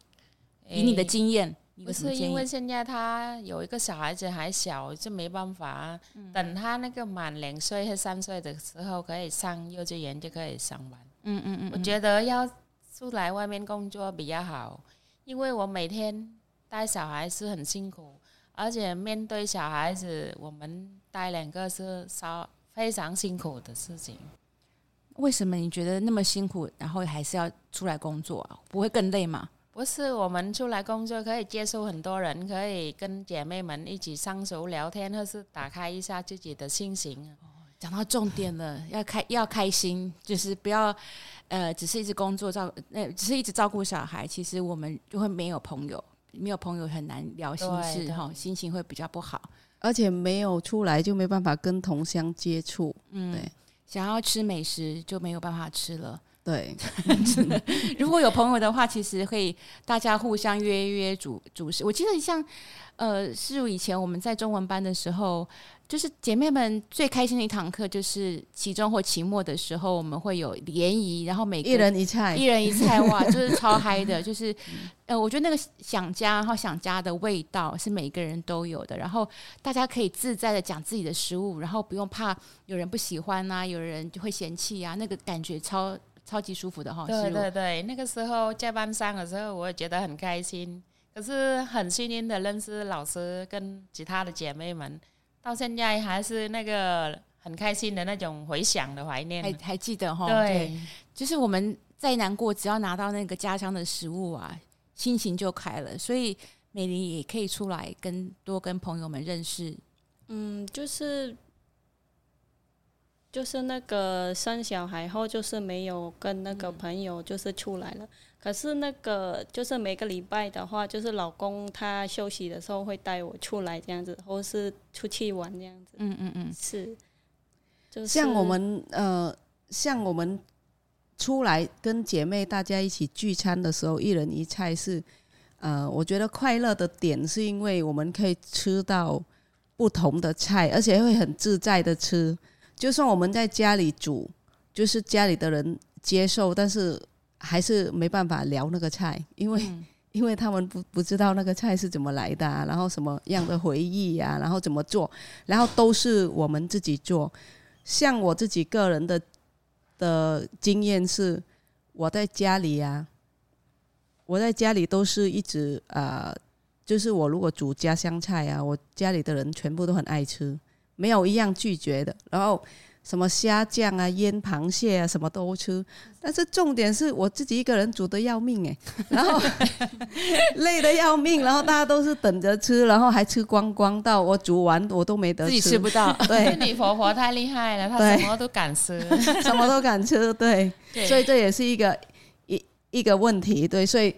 [SPEAKER 1] 以你的
[SPEAKER 3] 诶
[SPEAKER 1] 经验，你有
[SPEAKER 3] 不
[SPEAKER 1] 什么
[SPEAKER 3] 是
[SPEAKER 1] 建
[SPEAKER 3] 因为
[SPEAKER 1] 议？
[SPEAKER 3] 现在他有一个小孩子还小，就没办法。啊
[SPEAKER 1] 嗯
[SPEAKER 3] 等他那个满两岁或三岁的时候，可以上幼稚园就可以上班。
[SPEAKER 1] 嗯嗯嗯，
[SPEAKER 3] 我觉得要出来外面工作比较好，因为我每天带小孩是很辛苦，而且面对小孩子，我们带两个是稍非常辛苦的事情。
[SPEAKER 1] 为什么你觉得那么辛苦，然后还是要出来工作啊？不会更累吗？
[SPEAKER 3] 不是我们出来工作可以接触很多人，可以跟姐妹们一起相熟聊天，或是打开一下自己的心情啊。
[SPEAKER 1] 讲到重点了，要开要开心，就是不要呃，只是一直工作照，呃，只是一直照顾小孩，其实我们就会没有朋友，没有朋友很难聊心
[SPEAKER 3] 对
[SPEAKER 1] 事
[SPEAKER 3] 对
[SPEAKER 1] 哈，心情会比较不好。
[SPEAKER 2] 而且没有出来就没办法跟同乡接触，
[SPEAKER 1] 嗯
[SPEAKER 2] 对，
[SPEAKER 1] 想要吃美食就没有办法吃 了。
[SPEAKER 2] 对，
[SPEAKER 1] 如果有朋友的话，其实可以大家互相约一约主主食。我记得像呃，是如以前我们在中文班的时候，就是姐妹们最开心的一堂课，就是期中或期末的时候，我们会有联谊，然后每个
[SPEAKER 2] 一人一菜
[SPEAKER 1] 一，人一菜 哇，就是超嗨的，就是呃，我觉得那个想家，然后想家的味道是每个人都有的，然后大家可以自在的讲自己的食物，然后不用怕有人不喜欢啊，有人就会嫌弃啊，那个感觉超超级舒服的哈。
[SPEAKER 3] 对
[SPEAKER 1] 是我
[SPEAKER 3] 对对，那个时候在班上的时候，我也觉得很开心。可是很幸运的认识老师跟其他的姐妹们，到现在还是那个很开心的那种回想的怀念
[SPEAKER 1] 还
[SPEAKER 3] 啊。
[SPEAKER 1] 还记得哈，
[SPEAKER 3] 对，
[SPEAKER 1] 就是我们再难过，只要拿到那个家乡的食物啊，心情就开了，所以。美玲也可以出来跟多跟朋友们认识，
[SPEAKER 5] 嗯，就是就是那个生小孩后，就是没有跟那
[SPEAKER 1] 嗯
[SPEAKER 5] 个朋友就是出来了。可是那个就是每个礼拜的话，就是老公他休息的时候会带我出来这样子，或是出去玩这样子。
[SPEAKER 1] 嗯嗯嗯，
[SPEAKER 5] 是，就是
[SPEAKER 2] 像我们呃，像我们出来跟姐妹大家一起聚餐的时候，一人一菜是呃，我觉得快乐的点是因为我们可以吃到不同的菜，而且会很自在的吃。就算我们在家里煮，就是家里的人接受，但是还是没办法聊那个菜，因为、
[SPEAKER 5] 嗯
[SPEAKER 2] 因为他们不不知道那个菜是怎么来的、啊，然后什么样的回忆呀、然后怎么做，然后都是我们自己做。像我自己个人的的经验是，我在家里呀、我在家里都是一直呃，就是我如果煮家乡菜啊，我家里的人全部都很爱吃，没有一样拒绝的。然后什么虾酱啊、腌螃蟹啊，什么都吃。但是重点是我自己一个人煮的要命哎、然后累的要命，然后大家都是等着吃，然后还吃光光到我煮完我都没得
[SPEAKER 1] 自己
[SPEAKER 2] 吃，
[SPEAKER 1] 吃不到，
[SPEAKER 2] 对
[SPEAKER 3] 是，你婆婆太厉害了，她
[SPEAKER 2] 对
[SPEAKER 3] 什么都敢吃。
[SPEAKER 2] 什么都敢吃，对，
[SPEAKER 3] 对
[SPEAKER 2] 所以这也是一个一一个问题，对，所以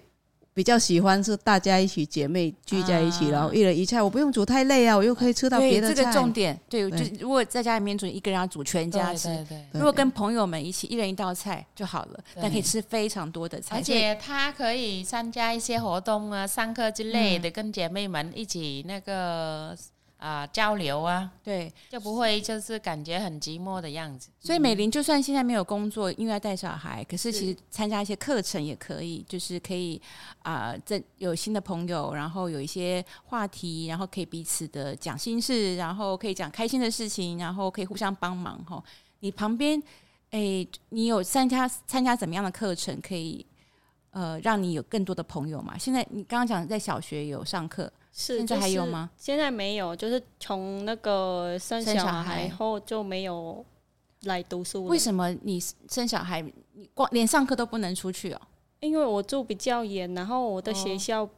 [SPEAKER 2] 比较喜欢是大家一起姐妹聚在一起，
[SPEAKER 1] 啊
[SPEAKER 2] 然后一人一菜，我不用煮太累啊，我又可以吃到
[SPEAKER 1] 对
[SPEAKER 2] 别的
[SPEAKER 1] 这
[SPEAKER 2] 菜，
[SPEAKER 1] 个重点，对，
[SPEAKER 2] 对
[SPEAKER 1] 就如果在家里面煮，一个人要煮全家
[SPEAKER 3] 对
[SPEAKER 1] 吃，
[SPEAKER 3] 对对。
[SPEAKER 2] 对
[SPEAKER 1] 如果跟朋友们一起，一人一道菜就好了，
[SPEAKER 3] 对
[SPEAKER 1] 但可以吃非常多的菜，
[SPEAKER 3] 而且她可以参加一些活动啊、上课之类的，跟姐妹们一起那个啊、交流啊，
[SPEAKER 1] 对，
[SPEAKER 3] 就不会就是感觉很寂寞的样子。
[SPEAKER 1] 所以美玲就算现在没有工作，因为要带小孩，可是其实参加一些课程也可以，就是可以啊，这、有新的朋友，然后有一些话题，然后可以彼此的讲心事，然后可以讲开心的事情，然后可以互相帮忙哈。吼你旁边，诶，你有参加参加怎么样的课程可以？呃，让你有更多的朋友嘛？现在你刚刚讲在小学有上课，
[SPEAKER 5] 是
[SPEAKER 1] 现在
[SPEAKER 5] 就
[SPEAKER 1] 还有
[SPEAKER 5] 是
[SPEAKER 1] 吗
[SPEAKER 5] 现在没有，就是从那个生
[SPEAKER 1] 生
[SPEAKER 5] 小
[SPEAKER 1] 小
[SPEAKER 5] 孩
[SPEAKER 1] 孩
[SPEAKER 5] 后就没有来读书了。
[SPEAKER 1] 为什么你生小孩，你光连上课都不能出去哦？
[SPEAKER 5] 因为我住比较远，然后我的学
[SPEAKER 1] 哦
[SPEAKER 5] 校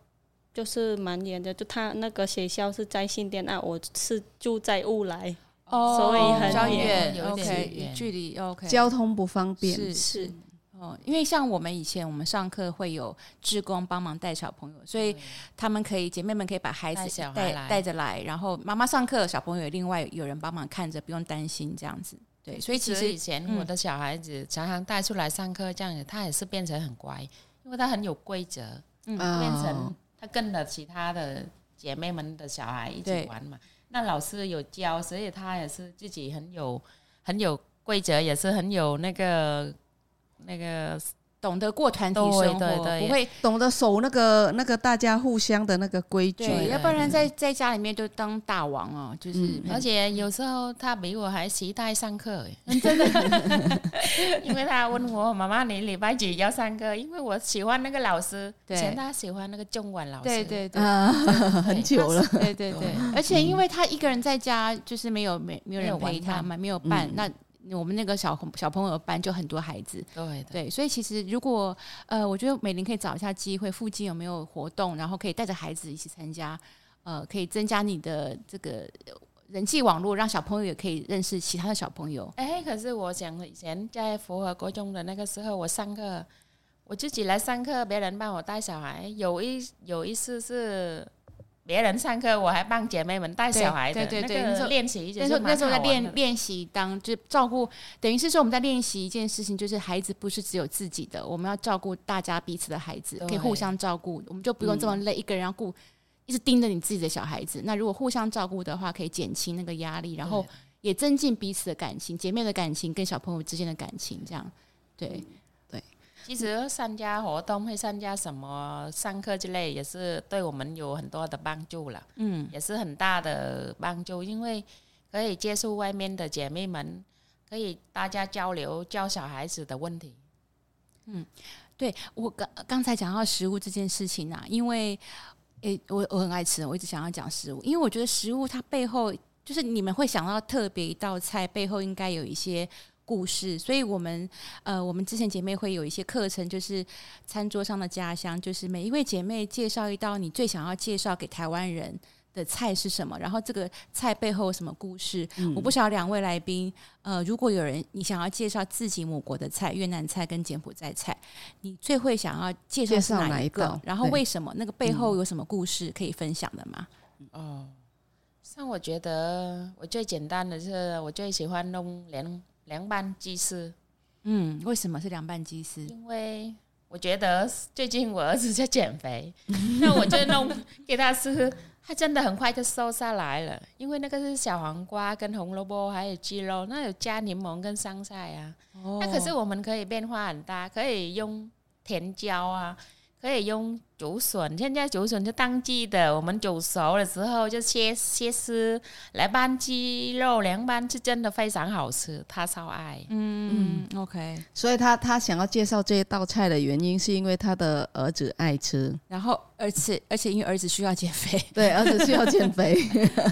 [SPEAKER 5] 就是蛮远的，就他那个学校是在新店啊，我是住在雾来，
[SPEAKER 1] 哦
[SPEAKER 5] 所以很
[SPEAKER 1] 比较
[SPEAKER 5] 远
[SPEAKER 1] 远
[SPEAKER 3] 有一点
[SPEAKER 1] ，OK，
[SPEAKER 3] 远
[SPEAKER 1] 距离 OK。
[SPEAKER 2] 交通不方便，
[SPEAKER 1] 是是哦，因为像我们以前我们上课会有志工帮忙带小朋友，所以他们可以姐妹们可以把孩
[SPEAKER 3] 带
[SPEAKER 1] 子
[SPEAKER 3] 小孩
[SPEAKER 1] 带
[SPEAKER 3] 来
[SPEAKER 1] 带着来，然后妈妈上课，小朋友也另外有人帮忙看着，不用担心这样子。对，所以其
[SPEAKER 3] 以
[SPEAKER 1] 实
[SPEAKER 3] 前
[SPEAKER 1] 嗯
[SPEAKER 3] 我的小孩子常常带出来上课，这样子，他也是变成很乖。因为他很有规则，
[SPEAKER 1] 嗯
[SPEAKER 2] 啊
[SPEAKER 3] 变成他跟了其他的姐妹们的小孩一
[SPEAKER 1] 对
[SPEAKER 3] 起玩嘛。那老师有教，所以他也是自己很有很有规则，也是很有那个那个
[SPEAKER 1] 懂得过团体
[SPEAKER 3] 对
[SPEAKER 1] 生活，
[SPEAKER 3] 对对
[SPEAKER 1] 不会
[SPEAKER 2] 懂得守那个那个大家互相的那个规矩，
[SPEAKER 1] 对，
[SPEAKER 3] 对
[SPEAKER 1] 要不然在在家里面就当大王哦，就是、
[SPEAKER 2] 嗯
[SPEAKER 3] 而且有时候他比我还期待上课， 真的，因为他问我妈妈你礼拜几要上课，因为我喜欢那个老师，以
[SPEAKER 1] 对
[SPEAKER 3] 前他喜欢那个中文老师，
[SPEAKER 1] 对对对。
[SPEAKER 2] 啊， 很久了，
[SPEAKER 1] 对对对，而且因为他一个人在家，就是没有没没有
[SPEAKER 3] 没有
[SPEAKER 1] 人
[SPEAKER 3] 玩
[SPEAKER 1] 陪他
[SPEAKER 3] 伴
[SPEAKER 1] 嘛，没有伴。
[SPEAKER 2] 嗯
[SPEAKER 1] 那我们那个小朋小朋友班就很多孩子，
[SPEAKER 3] 对对，
[SPEAKER 1] 对，所以其实如果呃，我觉得美玲可以找一下机会，附近有没有活动，然后可以带着孩子一起参加，呃，可以增加你的这个呃人际网络，让小朋友也可以认识其他的小朋友。
[SPEAKER 3] 哎，可是我想以前在符合国中的那个时候，我上课我自己来上课，别人帮我带小孩，有一有一次是。别人上课，我还帮姐妹们带
[SPEAKER 1] 对
[SPEAKER 3] 小孩的，
[SPEAKER 1] 对对对那
[SPEAKER 3] 那
[SPEAKER 1] 时
[SPEAKER 3] 个
[SPEAKER 1] 候
[SPEAKER 3] 练习就
[SPEAKER 1] 那
[SPEAKER 3] 是
[SPEAKER 1] 时候那时候在
[SPEAKER 3] 蛮好玩的
[SPEAKER 1] 练练习当就照顾，等于是说我们在练习一件事情，就是孩子不是只有自己的，我们要照顾大家彼此的孩子，可以互
[SPEAKER 3] 对
[SPEAKER 1] 相照顾，我们就不用这么累，一个人要顾一直盯着你自己的小孩子。那如果互相照顾的话，可以减轻那个压力，然后
[SPEAKER 3] 对
[SPEAKER 1] 也增进彼此的感情，姐妹的感情跟小朋友之间的感情，这样对
[SPEAKER 3] 其实参加活动会参加什么上课之类，也是对我们有很多的帮助了，嗯，也是很大的帮助，因为可以接触外面的姐妹们，可以大家交流教小孩子的问题。
[SPEAKER 1] 对。我刚刚才讲到食物这件事情啊，因为诶、我我很爱吃，我一直想要讲食物，因为我觉得食物它背后就是你们会想到特别一道菜背后应该有一些故事，所以我们呃，我们之前姐妹会有一些课程，就是餐桌上的家乡，就是每一位姐妹介绍一道你最想要介绍给台湾人。的菜是什么？然后这个菜背后有什么故事？我不晓得两位来宾，呃，如果有人你想要介绍自己母国的菜，越南菜跟柬埔寨菜，你最会想要介绍是
[SPEAKER 2] 介绍
[SPEAKER 1] 哪
[SPEAKER 2] 哪一
[SPEAKER 1] 一嗯个
[SPEAKER 2] 道？
[SPEAKER 1] 然后
[SPEAKER 2] 对
[SPEAKER 1] 为什么？那个背后有什么故事可以分享的吗？
[SPEAKER 3] 哦，像我觉得我最简单的是，我最喜欢弄凉凉拌鸡丝，
[SPEAKER 1] 嗯，为什么是凉拌鸡丝？
[SPEAKER 3] 因为我觉得最近我儿子在减肥，那我就弄给他吃，他真的很快就瘦下来了。因为那个是小黄瓜、跟红萝卜还有鸡肉，那有加柠檬跟香菜啊。
[SPEAKER 1] 哦
[SPEAKER 3] 那可是我们可以变化很大，可以用甜椒啊，可以用竹笋。现在竹笋是当季的，我们煮熟了之后就切切丝来拌鸡肉、凉拌，是真的非常好吃，他超爱。
[SPEAKER 1] 嗯，OK。
[SPEAKER 2] 所以他他想要介绍这一道菜的原因，是因为他的儿子爱吃，
[SPEAKER 1] 然后，而且而且因为儿子需要减肥，
[SPEAKER 2] 对，儿子需要减肥，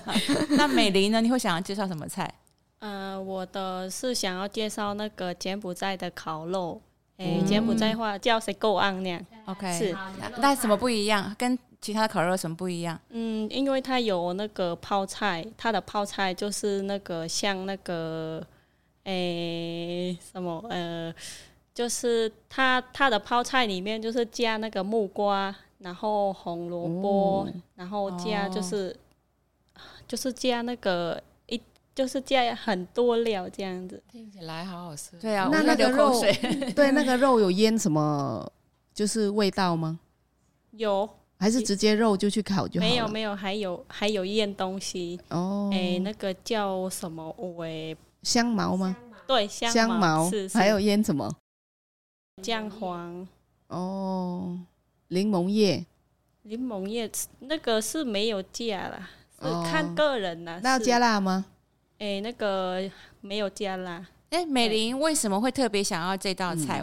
[SPEAKER 1] 那美玲呢？你会想要介绍什么菜？
[SPEAKER 5] 呃，我的是想要介绍那个柬埔寨的烤肉，诶、柬埔寨话叫 s e g o a n 那
[SPEAKER 2] 啊
[SPEAKER 5] 样。
[SPEAKER 1] OK
[SPEAKER 5] 是
[SPEAKER 6] 好
[SPEAKER 1] 那那什么？不一样？跟其他的烤肉有什么不一样？
[SPEAKER 5] 嗯，因为它有那个泡菜，它的泡菜就是那个像那个，诶、什么呃，就是它它的泡菜里面就是加那个木瓜，然后红萝卜，
[SPEAKER 2] 哦
[SPEAKER 5] 然后加就是、就是加那个一就是加很多料这样子。
[SPEAKER 3] 听起来好好吃。
[SPEAKER 1] 对啊，
[SPEAKER 2] 那
[SPEAKER 1] 我在
[SPEAKER 2] 那个
[SPEAKER 1] 流口
[SPEAKER 2] 肉
[SPEAKER 1] 水
[SPEAKER 2] 对，那个肉有腌什么，就是味道吗？
[SPEAKER 5] 有
[SPEAKER 2] 还是直接肉就去烤就好了？
[SPEAKER 5] 没有没有？还有还有一样东西，
[SPEAKER 2] 哦，
[SPEAKER 5] 诶、那个叫什么？喂，
[SPEAKER 2] 香茅吗？
[SPEAKER 5] 对，香
[SPEAKER 2] 香茅
[SPEAKER 5] 是是
[SPEAKER 2] 还有腌什么？
[SPEAKER 5] 姜黄。
[SPEAKER 2] 哦，柠檬叶。
[SPEAKER 5] 柠檬叶那个是没有加啦，是
[SPEAKER 2] 哦
[SPEAKER 5] 看个人啦。
[SPEAKER 2] 那要加
[SPEAKER 5] 啦？
[SPEAKER 2] 辣吗？
[SPEAKER 5] 哎，那个没有加啦，
[SPEAKER 1] 哎，美玲为什么会特别想要这道菜？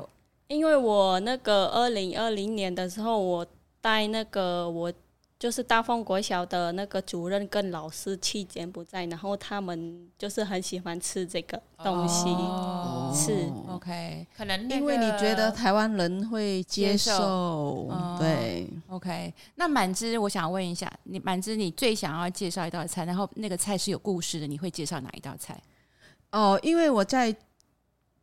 [SPEAKER 5] 因为我那个二零二零年的时候，我带那个我就是大丰国小的那个主任跟老师去柬埔寨，然后他们就是很喜欢吃这个东西。
[SPEAKER 1] 哦
[SPEAKER 5] 是
[SPEAKER 2] 哦
[SPEAKER 1] OK
[SPEAKER 3] 可能那
[SPEAKER 2] 因为你
[SPEAKER 3] 个
[SPEAKER 2] 觉得 台湾人会接
[SPEAKER 1] 接
[SPEAKER 2] 受，
[SPEAKER 1] 哦
[SPEAKER 2] 对，
[SPEAKER 1] OK。那满枝，我想问一下，你满枝，你最想要介绍一道菜，然后那个菜是有故事的，你会介绍哪一道菜？
[SPEAKER 2] 哦，因为我在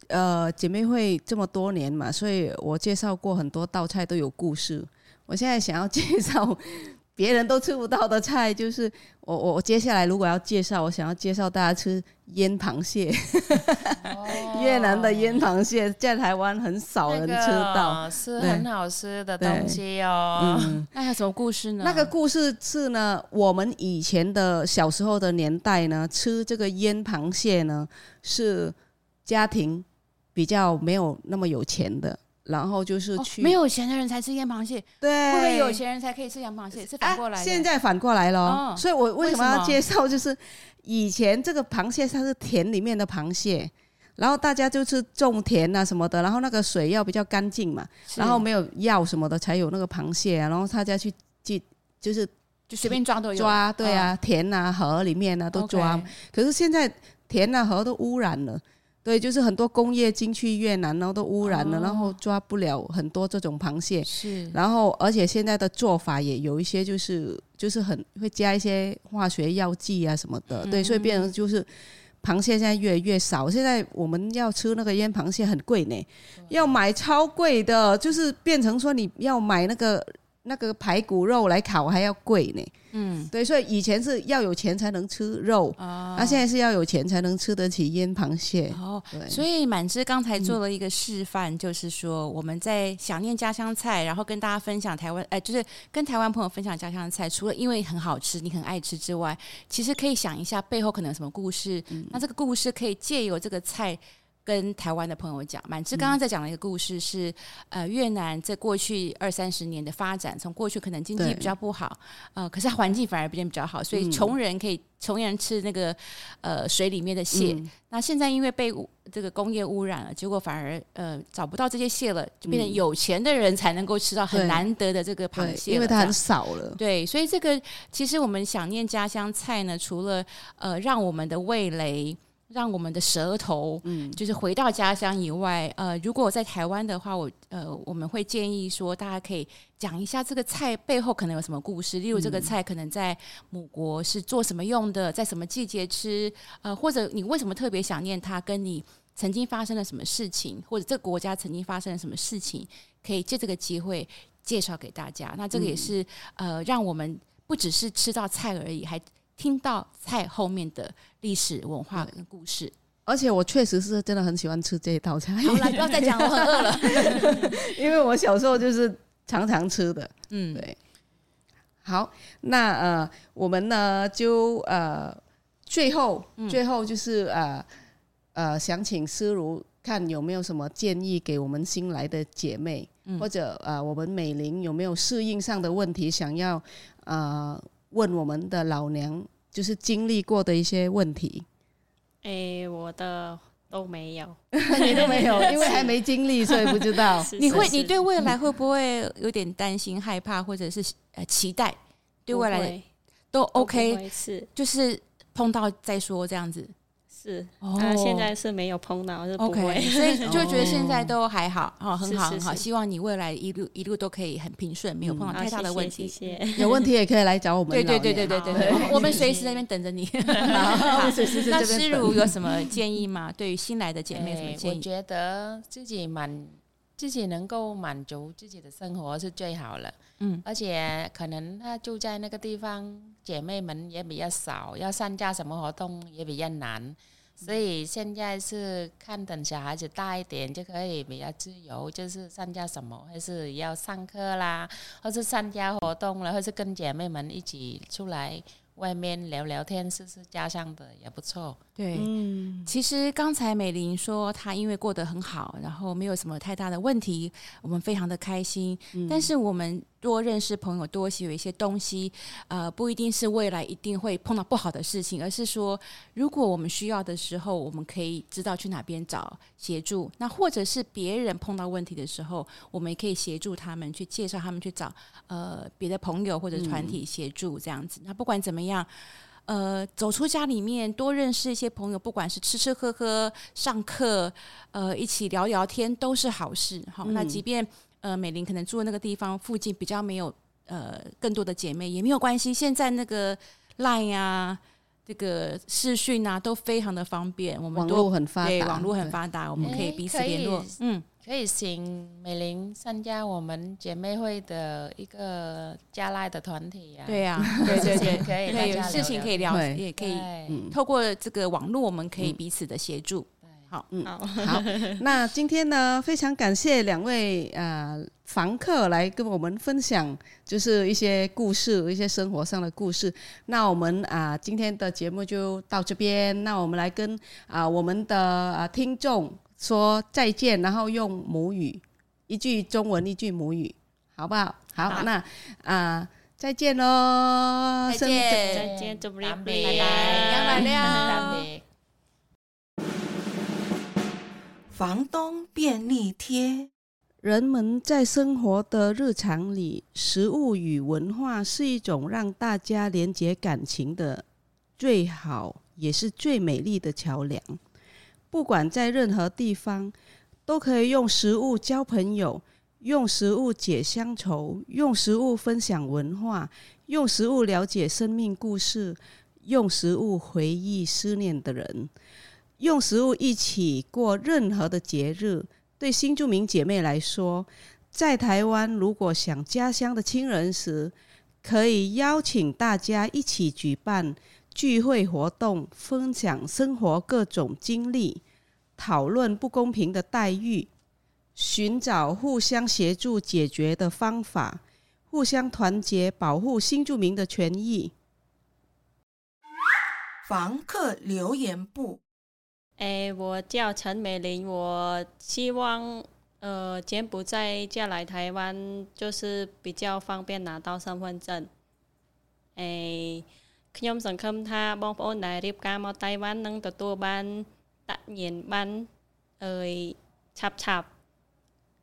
[SPEAKER 2] 呃姐妹会这么多年嘛，所以我介绍过很多道菜都有故事。我现在想要介绍别人都吃不到的菜，就是我我我接下来如果要介绍，我想要介绍大家吃腌螃蟹，
[SPEAKER 3] 哦
[SPEAKER 2] 越南的腌螃蟹在台湾很少人吃到。
[SPEAKER 3] 那个是
[SPEAKER 2] 对
[SPEAKER 3] 很好吃的东西哦。
[SPEAKER 2] 嗯，
[SPEAKER 1] 那还有什么故事呢？
[SPEAKER 2] 那个故事是呢，我们以前的小时候的年代呢，吃这个腌螃蟹呢，是家庭比较没有那么有钱的，然后就是
[SPEAKER 1] 哦
[SPEAKER 2] 去、
[SPEAKER 1] 没有钱的人才吃腌螃蟹，
[SPEAKER 2] 对，
[SPEAKER 1] 会不会有钱人才可以吃洋螃蟹？是反过来的。
[SPEAKER 2] 啊、现在反过来了、哦
[SPEAKER 1] 哦
[SPEAKER 2] 所以我为什么
[SPEAKER 1] 为什
[SPEAKER 2] 要
[SPEAKER 1] 么
[SPEAKER 2] 介绍？就是以前这个螃蟹它是田里面的螃蟹，然后大家就是种田啊什么的，然后那个水要比较干净嘛，
[SPEAKER 1] 是
[SPEAKER 2] 然后没有药什么的才有那个螃蟹啊，然后大家去去就是
[SPEAKER 1] 就随便抓都有嗯
[SPEAKER 2] 抓，对啊，田啊河里面啊都抓。
[SPEAKER 1] OK
[SPEAKER 2] 可是现在田啊河都污染了。对，就是很多工业进去越南，然后都污染了，
[SPEAKER 1] 哦
[SPEAKER 2] 然后抓不了很多这种螃蟹，
[SPEAKER 1] 是
[SPEAKER 2] 然后，而且现在的做法也有一些，就是就是很会加一些化学药剂啊什么的，
[SPEAKER 1] 嗯
[SPEAKER 2] 对，所以变成就是螃蟹现在越来越少。现在我们要吃那个腌螃蟹很贵呢，要买超贵的，就是变成说你要买那个那个排骨肉来烤还要贵呢。
[SPEAKER 1] 嗯
[SPEAKER 2] 对，所以以前是要有钱才能吃肉，
[SPEAKER 1] 啊
[SPEAKER 2] 那、现在是要有钱才能吃得起腌螃蟹。
[SPEAKER 1] 哦，
[SPEAKER 2] 对，嗯
[SPEAKER 1] 所以满枝刚才做了一个示范，就是说我们在想念家乡菜，然后跟大家分享台湾，哎、就是跟台湾朋友分享家乡菜。除了因为很好吃，你很爱吃之外，其实可以想一下背后可能有什么故事。
[SPEAKER 2] 嗯
[SPEAKER 1] 那这个故事可以借由这个菜。跟台湾的朋友讲，满枝刚刚在讲的一个故事是，呃，越南在过去二三十年的发展，从过去可能经济
[SPEAKER 2] 对
[SPEAKER 1] 比较不好，呃，可是它环境反而变得比较好，所
[SPEAKER 2] 嗯
[SPEAKER 1] 以穷人可以穷人吃那个呃水里面的蟹，
[SPEAKER 2] 嗯
[SPEAKER 1] 那现在因为被污这个工业污染了，结果反而呃找不到这些蟹了，就变成有钱的人才能够吃到很
[SPEAKER 2] 嗯对
[SPEAKER 1] 难得的这个螃
[SPEAKER 2] 对，
[SPEAKER 1] 蟹了
[SPEAKER 2] 因为
[SPEAKER 1] 这
[SPEAKER 2] 它
[SPEAKER 1] 样
[SPEAKER 2] 很少了。
[SPEAKER 1] 对，所以这个其实我们想念家乡菜呢，除了呃让我们的味蕾、让我们的舌头，嗯，就是回到家乡以外，呃，如果我在台湾的话，我呃我们会建议说，大家可以讲一下这个菜背后可能有什么故事，例如这个菜可能在母国是做什么用的，在什么季节吃，呃，或者你为什么特别想念它，跟你。曾经发生了什么事情，或者这个国家曾经发生了什么事情，可以借这个机会介绍给大家。那这个也是、呃，让我们不只是吃到菜而已，还听到菜后面的历史文化跟故事。
[SPEAKER 2] 而且我确实是真的很喜欢吃这一道菜。
[SPEAKER 1] 好了，不要再讲了，我很饿了。
[SPEAKER 2] 因为我小时候就是常常吃的。
[SPEAKER 1] 嗯，
[SPEAKER 2] 对好，那呃，我们呢就呃，最后、
[SPEAKER 1] 嗯
[SPEAKER 2] 最后就是呃呃，想请思如看有没有什么建议给我们新来的姐妹，
[SPEAKER 1] 嗯
[SPEAKER 2] 或者呃，我们美玲有没有适应上的问题想要呃问我们的老娘，就是经历过的一些问 题。
[SPEAKER 5] 诶，哎我的都没有，
[SPEAKER 2] 你都没有，因为还没经历，所以不知道。
[SPEAKER 5] 是
[SPEAKER 1] 你会
[SPEAKER 5] 是
[SPEAKER 1] 你
[SPEAKER 5] 是
[SPEAKER 1] 对未来会不会有点担心、害怕，或者是呃期待？对
[SPEAKER 5] 不
[SPEAKER 1] 未来
[SPEAKER 5] 会
[SPEAKER 1] 都
[SPEAKER 5] 都不
[SPEAKER 1] OK，
[SPEAKER 5] 会是
[SPEAKER 1] 就是碰到再说这样子。
[SPEAKER 5] 是，
[SPEAKER 1] 哦
[SPEAKER 5] 啊，现在是没有碰到，是不
[SPEAKER 1] OK，
[SPEAKER 5] 会。
[SPEAKER 1] 所以就觉得现在都还好，哦，很好
[SPEAKER 5] 是
[SPEAKER 1] 很
[SPEAKER 5] 是
[SPEAKER 1] 好。
[SPEAKER 5] 是
[SPEAKER 1] 希望你未来一路一路都可以很平顺，没有碰到
[SPEAKER 5] 啊
[SPEAKER 1] 太大的
[SPEAKER 5] 谢谢
[SPEAKER 1] 问题。
[SPEAKER 5] 谢谢。
[SPEAKER 2] 有问题也可以来找我们
[SPEAKER 1] 对
[SPEAKER 2] 老娘。
[SPEAKER 1] 对对对对对对，我们我们随时在那边等着你。 好，那诗如有什么建议吗？对于新来的姐妹有什么
[SPEAKER 3] 哎
[SPEAKER 1] 建
[SPEAKER 3] 我
[SPEAKER 1] 议？
[SPEAKER 3] 觉得自己满自己能够满足自己的生活是最好了。
[SPEAKER 1] 嗯，
[SPEAKER 3] 而且可能她住在那个地方，姐妹们也比较少，要参加什么活动也比较
[SPEAKER 1] 嗯
[SPEAKER 3] 难。所以现在是看等小孩子大一点就可以比较自由，就是参加什么，还是要上课啦，或是参加活动了，或是跟姐妹们一起出来外面聊聊天，试试家乡的也不错。
[SPEAKER 1] 对，
[SPEAKER 2] 嗯，
[SPEAKER 1] 其实刚才美玲说她因为过得很好，然后没有什么太大的问题，我们非常的开心。但是我们多认识朋友，多学一些东西，呃，不一定是未来一定会碰到不好的事情，而是说，如果我们需要的时候，我们可以知道去哪边找协助。那或者是别人碰到问题的时候，我们也可以协助他们去介绍他们去找呃别的朋友或者团体协助这样子。那不管怎么样。呃，走出家里面，多认识一些朋友，不管是吃吃喝喝、上课，呃，一起聊聊天，都是好事。好，那即便呃美玲可能住的那个地方附近比较没有呃更多的姐妹，也没有关系。现在那个 Line 啊，这个视讯啊，都非常的方便，我们
[SPEAKER 2] 网
[SPEAKER 1] 多
[SPEAKER 2] 络很发
[SPEAKER 1] 对
[SPEAKER 2] 达，
[SPEAKER 1] 网络很发达，我们可以
[SPEAKER 3] 哎
[SPEAKER 1] 彼此
[SPEAKER 3] 可以
[SPEAKER 1] 联络。嗯，
[SPEAKER 3] 可以请美玲参加我们姐妹会的一个加赖的团体呀、
[SPEAKER 1] 对呀，对对对，
[SPEAKER 3] 可以
[SPEAKER 1] 可以有
[SPEAKER 3] 大家
[SPEAKER 1] 事情
[SPEAKER 3] 聊聊
[SPEAKER 1] 可以聊，
[SPEAKER 2] 对
[SPEAKER 1] 也可以
[SPEAKER 3] 对
[SPEAKER 2] 嗯，
[SPEAKER 1] 透过这个网络，我们可以彼此的协助。
[SPEAKER 5] 好，
[SPEAKER 2] 好， 那今天呢，非常感谢两位呃房客来跟我们分享，就是一些故事，一些生活上的故事。那我们啊、今天的节目就到这边。那我们来跟啊、我们的啊、听众说再见，然后用母语，一句中文，一句母语，好不好？好，那啊、再见喽，
[SPEAKER 1] 再见
[SPEAKER 5] 再见，祝福你
[SPEAKER 3] 拜
[SPEAKER 1] 拜
[SPEAKER 3] 拜，
[SPEAKER 1] 拜
[SPEAKER 3] 拜拜
[SPEAKER 7] 房东便利贴。
[SPEAKER 2] 人们在生活的日常里，食物与文化是一种让大家连结感情的最好也是最美丽的桥梁。不管在任何地方，都可以用食物交朋友，用食物解乡愁，用食物分享文化，用食物了解生命故事，用食物回忆思念的人，用食物一起过任何的节日。对新住民姐妹来说，在台湾如果想家乡的亲人时，可以邀请大家一起举办聚会活动，分享生活各种经历，讨论不公平的待遇，寻找互相协助解决的方法，互相团结，保护新住民的权益。
[SPEAKER 7] 房客留言簿，
[SPEAKER 5] 哎，我叫陈美玲，我希望呃柬埔寨嫁来台湾就是比较方便拿到身份证。哎，ខ្ញុំសង្ឃឹមថាបងប្អូនដែលរៀបការមកតៃវ៉ាន់នឹងទទួលបានតញ្ញាណប័ណ្ណអើយឆាប់ឆាប់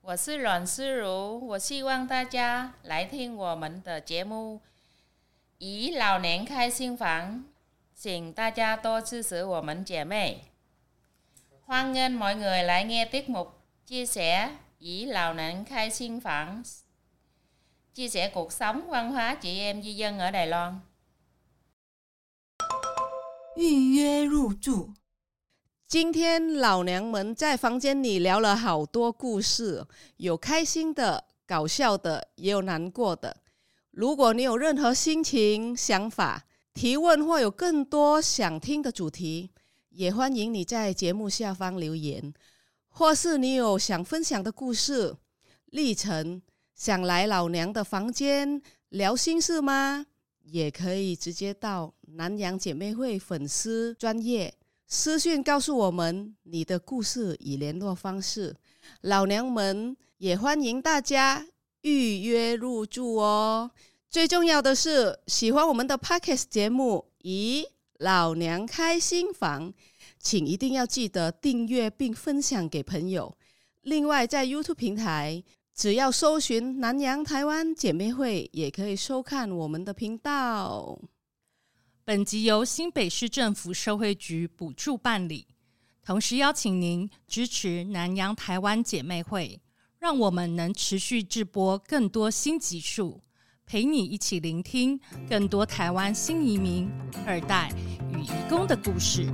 [SPEAKER 3] 我是阮思如，我希望大家来听我们的节目《以老年开新房》，请大家多支持我们姐妹。欢迎 mọi người lại nghe tiết mục chia sẻ以lão年开新房，chia sẻ cuộc sống văn hóa chị em di dân ở Đài Loan。
[SPEAKER 7] 预约入住。
[SPEAKER 2] 今天老娘们在房间里聊了好多故事，有开心的、搞笑的，也有难过的。如果你有任何心情、想法、提问或有更多想听的主题，也欢迎你在节目下方留言，或是你有想分享的故事、历程，想来老娘的房间聊心事吗？也可以直接到南洋姐妹会粉丝专业私讯告诉我们你的故事与联络方式。老娘们也欢迎大家预约入住哦。最重要的是，喜欢我们的 Podcast 节目，咦，老娘开心房，请一定要记得订阅并分享给朋友。另外，在 YouTube 平台，只要搜寻“南洋台湾姐妹会”，也可以收看我们的频道。
[SPEAKER 8] 本集由新北市政府社会局补助办理，同时邀请您支持南洋台湾姐妹会，让我们能持续制播更多新集数，陪你一起聆听更多台湾新移民、二代与移工的故事。